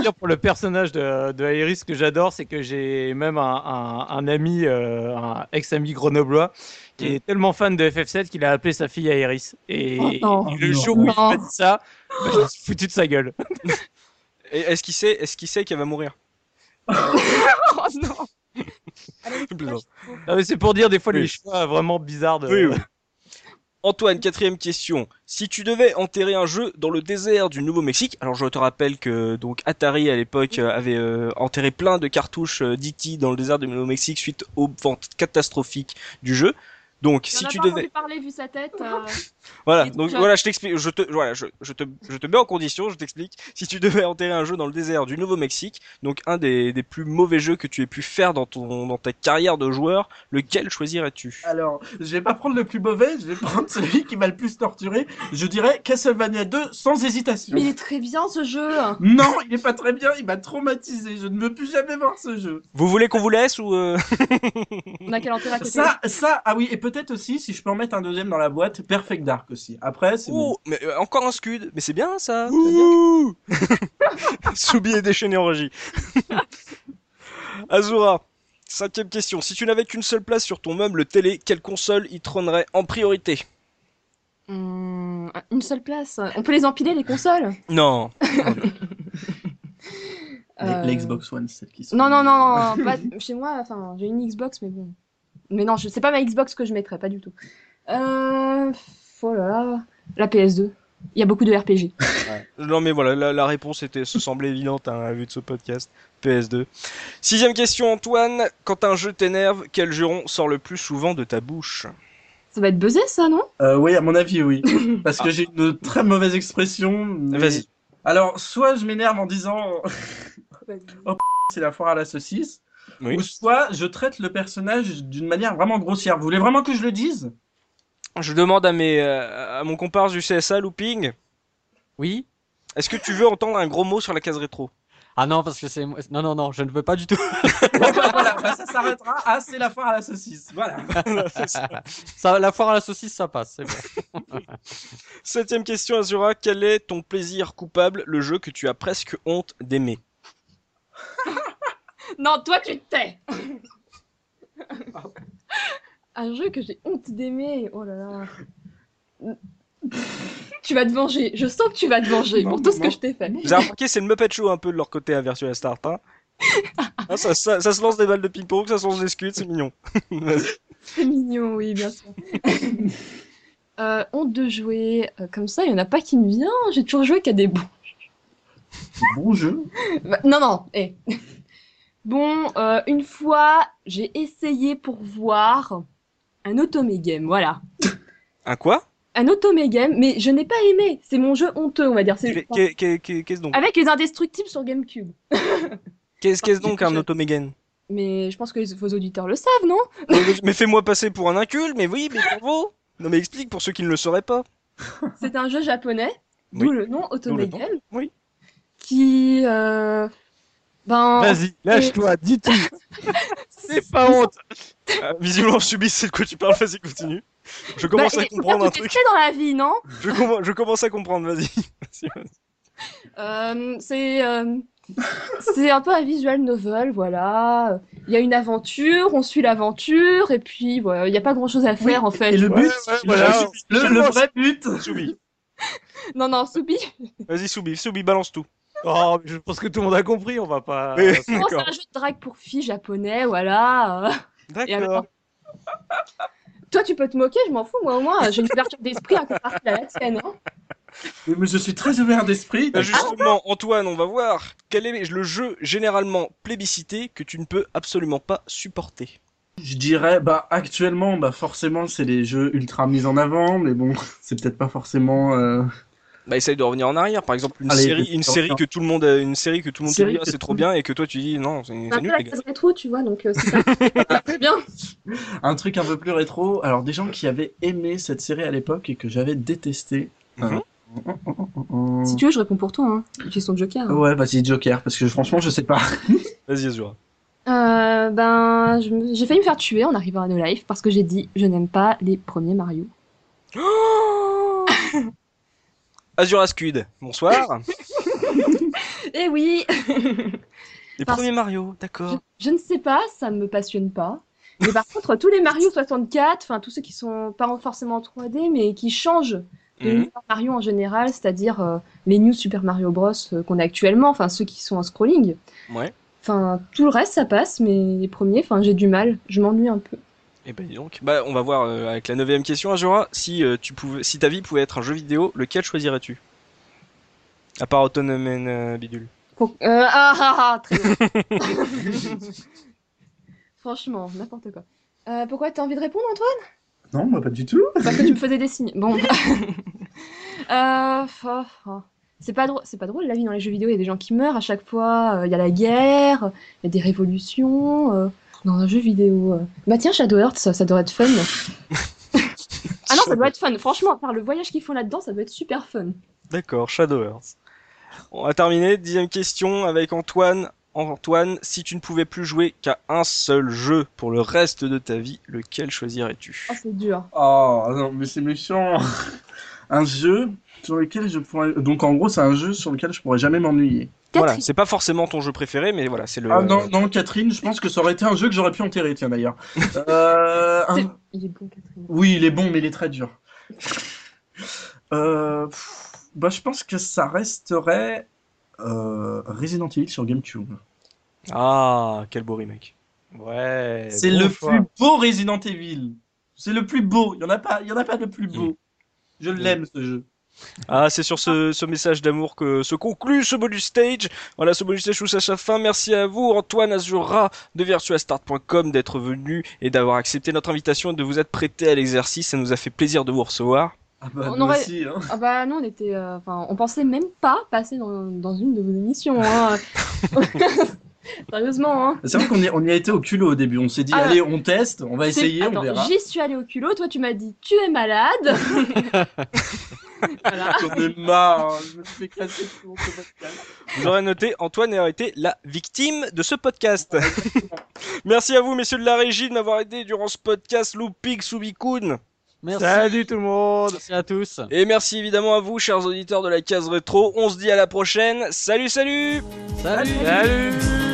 dire pour le personnage de, de Iris, ce que j'adore, c'est que j'ai même un, un- un ami, euh, un ex-ami grenoblois, qui est tellement fan de FF7 qu'il a appelé sa fille Iris. Et,
Oh non.
et le jour où il
Non.
m'a dit ça, bah, je me suis foutu de sa gueule.
Et Est-ce qu'il sait, est-ce qu'il sait qu'elle va mourir
Oh non
Plaisante.
Non, mais c'est pour dire des fois
Oui.
les choix vraiment bizarres de.
Oui, oui. Antoine, quatrième question. Si tu devais enterrer un jeu dans le désert du Nouveau-Mexique, alors je te rappelle que donc Atari à l'époque euh, avait euh, enterré plein de cartouches euh, d'E.T. dans le désert du Nouveau-Mexique suite aux ventes catastrophiques du jeu. Donc
Il en
si
a
tu
pas hein.
devais,
entendu parler vu sa tête. euh,
voilà,
Il est
donc
déjà-
voilà, je t'explique, je te, voilà, je, je te, je te mets en condition, je t'explique. Si tu devais enterrer un jeu dans le désert du Nouveau-Mexique, donc un des, des plus mauvais jeux que tu aies pu faire dans ton, dans ta carrière de joueur, lequel choisirais-tu
Alors, je vais pas prendre le plus mauvais, je vais prendre celui qui m'a le plus torturé. Je dirais Castlevania 2 sans hésitation.
Mais il est très bien ce jeu.
Non, il est pas très bien, il m'a traumatisé. Je ne veux plus jamais voir ce jeu.
Vous voulez qu'on vous laisse ou euh,
On a qu'à l'enterrer à côté.
Ça, ça, ah oui, et peut-être aussi, si je peux en mettre un deuxième dans la boîte, Perfect Dark aussi. Après, c'est
Ouh,
bon.
mais euh, encore un scud, mais c'est bien ça. Soubi est déchaîné en régie. Azura, cinquième question. Si tu n'avais qu'une seule place sur ton meuble télé, quelle console y trônerait en priorité
Hum, une seule place. On peut les empiler les consoles.
Non.
Euh,
Les- L'Xbox One, c'est celle qui se-
Non non non. non, pas- Chez moi, enfin, j'ai une Xbox, mais bon. Mais non, je... c'est pas ma Xbox que je mettrais, pas du tout. Euh... Oh là là. La PS2. Il y a beaucoup de RPG.
Non mais voilà, la, la réponse était, se semblait évidente hein, à la vue de ce podcast. PS2. Sixième question, Antoine. Quand un jeu t'énerve, quel juron sort le plus souvent de ta bouche
Ça va être buzzé, ça, non
Euh, oui, à mon avis, oui. Parce que j'ai une très mauvaise expression. mais-
Vas-y.
Alors, soit je m'énerve en disant c'est la foire à la saucisse, oui. ou soit je traite le personnage d'une manière vraiment grossière. Vous voulez vraiment que je le dise
Je demande à, mes, euh, à mon comparse du CSA, Looping.
Oui
Est-ce que tu veux entendre un gros mot sur la case rétro
ah non, parce que c'est. Non, non, non, je ne veux pas du tout.
bah, bah, voilà, bah, ça s'arrêtera. Ah, c'est la foire à la saucisse. Voilà.
ça. Ça, la foire à la saucisse, ça passe, c'est bon.
Septième question, Azura. Quel est ton plaisir coupable, le jeu que tu as presque honte d'aimer
Non, toi, tu te tais Un jeu que j'ai honte d'aimer. Oh là là. Pff, tu vas te venger. Je sens que tu vas te venger non, pour tout non. ce que je t'ai fait.
J'ai remarqué, c'est le Muppet Show un peu de leur côté à Virtua Start. Hein ah, ça, ça, ça, se lance des balles de ping-pong, ça se lance des scuds, c'est mignon.
c'est mignon, oui, bien sûr. euh, honte de jouer euh, comme ça, il n'y en a pas qui me vient. J'ai toujours joué qu'à des bons.
Bon jeu
bah, Non, non, hey. Bon, euh, une fois, j'ai essayé pour voir un Otome Game, voilà.
Un quoi
un Otome Game, mais je n'ai pas aimé. C'est mon jeu honteux, on va dire.
Qu'est-ce qu qu qu
Ah,
donc
Avec les indestructibles sur GameCube.
Qu'est-ce donc un je... Otome Game
Mais je pense que les, vos auditeurs le savent, non
Mais, mais fais-moi passer pour un inculte, mais oui, mais bravo Non mais explique pour ceux qui ne le sauraient pas.
C'est un jeu japonais, d'où oui. le nom Otome Game. Nom.
Oui.
Qui. Euh... Ben,
Vas-y, lâche-toi, dis tout C'est pas honte
euh, Visiblement, je subis c'est de quoi tu parles, vas-y, continue. Je commence bah, à comprendre un truc.
dans la vie, non
je, com je, commence à comprendre, vas-y. vas
vas euh, c'est euh, c'est un peu un visual novel, voilà. Il y a une aventure, on suit l'aventure, et puis voilà, il n'y a pas grand-chose à faire, oui, en fait.
Et le but, ouais, ouais, voilà, le, le, le, vrai but
Soubi.
non, non, Soubi.
Vas-y, Soubi, Soubi, balance tout.
Oh, je pense que tout le monde a compris, on va
Ah,
pas.
Oui,
c'est un jeu de drague pour filles japonais, voilà.
D'accord.
Toi, tu peux te moquer, je m'en fous, moi au moins, j'ai une ouverture d'esprit incomparable à la tienne. Hein
mais je suis très ouvert d'esprit.
Bah justement, Antoine, on va voir. Quel est le jeu généralement plébiscité que tu ne peux absolument pas supporter
je dirais, bah actuellement, bah forcément, c'est les jeux ultra mis en avant, mais bon, c'est peut-être pas forcément euh
bah essaye de revenir en arrière par exemple une Allez, série une série que tout le monde euh, une série que tout le monde dit c'est trop bien et que toi tu dis non c'est nul
les gars. rétro tu vois donc euh, c'est très bien
un truc un peu plus rétro alors des gens qui avaient aimé cette série à l'époque et que j'avais détesté mm -hmm.
euh... si tu veux je réponds pour toi hein. question de Joker hein.
ouais vas-y Joker parce que franchement je sais pas
vas-y Azura
euh, ben j'ai failli me faire tuer en arrivant à No Life parce que j'ai dit je n'aime pas les premiers Mario
Azura Squid, bonsoir.
eh oui.
Les parce premiers Mario, d'accord.
Je, je, ne sais pas, ça ne me passionne pas. Mais par contre, tous les Mario 64, enfin tous ceux qui sont pas forcément en 3D, mais qui changent de
Mhm.
mm -hmm. Mario en général, c'est-à-dire euh, les New Super Mario Bros euh, qu'on a actuellement, enfin ceux qui sont en scrolling.
Ouais.
Enfin, tout le reste, ça passe, mais les premiers, enfin, j'ai du mal, je m'ennuie un peu.
Et eh ben donc, bah on va voir euh, avec la neuvième question, Ajora, si euh, tu pouvais, si ta vie pouvait être un jeu vidéo, lequel choisirais-tu À part Autonome euh, Bidule.
Pour... ah ah ah, très Franchement, n'importe quoi. Euh, pourquoi t'as envie de répondre, Antoine
Non, moi pas du tout.
Parce que tu me faisais des signes. Bon. oh, oh. C'est pas, drôle, c'est pas drôle la vie dans les jeux vidéo, il y a des gens qui meurent à chaque fois, euh, il y a la guerre, il y a des révolutions euh, dans un jeu vidéo. Euh... Bah tiens, Shadow Hearts, ça, ça doit être fun. ah non, ça doit être fun. Franchement, par le voyage qu'ils font là-dedans, ça doit être super fun.
D'accord, Shadow Hearts. On va terminer. Dixième question avec Antoine. Antoine, si tu ne pouvais plus jouer qu'à un seul jeu pour le reste de ta vie, lequel choisirais-tu
Ah, oh, c'est dur.
Oh non, mais c'est méchant. un jeu sur lequel je pourrais. Donc en gros, c'est un jeu sur lequel je pourrais jamais m'ennuyer.
Voilà, c'est pas forcément ton jeu préféré, mais voilà, c'est le.
Ah non, non, Catherine, je pense que ça aurait été un jeu que j'aurais pu enterrer, tiens d'ailleurs. euh, un...
Il est bon, Catherine.
Oui, il est bon, mais il est très dur. euh... bah, je pense que ça resterait euh... Resident Evil sur GameCube.
Ah, quel beau remake.
Ouais.
C'est Eh, bon le choix. plus beau Resident Evil. C'est le plus beau. Il y en a pas, il y en a pas de plus beau. Je l'aime ce jeu.
Ah, c'est sur ce, ce message d'amour que se conclut ce bonus stage. Voilà, ce bonus stage où ça sa fin. Merci à vous, Antoine Azura de virtuastart.com d'être venu et d'avoir accepté notre invitation et de vous être prêté à l'exercice. Ça nous a fait plaisir de vous recevoir.
Ah bah,
on
nous aurait... aussi, hein.
ah bah non, on était, enfin, euh, on pensait même pas passer dans, dans une de vos émissions. Hein. Sérieusement, hein.
C'est vrai qu'on y, on y a été au culot au début. On s'est dit,
Ah.
allez, on teste, on va
C'est-
essayer,
Attends,
on verra.
J'y suis allée au culot, toi tu m'as dit tu es malade. Voilà.
J'en ai marre, hein, je me fais casser tout ce podcast.
Vous aurez noté, Antoine a été la victime de ce podcast. Merci à vous, messieurs de la régie, de m'avoir aidé durant ce podcast Looping Soubikoun.
Merci.
Salut tout le monde
Merci à tous.
Et merci évidemment à vous, chers auditeurs de la case rétro. On se dit à la prochaine. Salut, salut
Salut.
Salut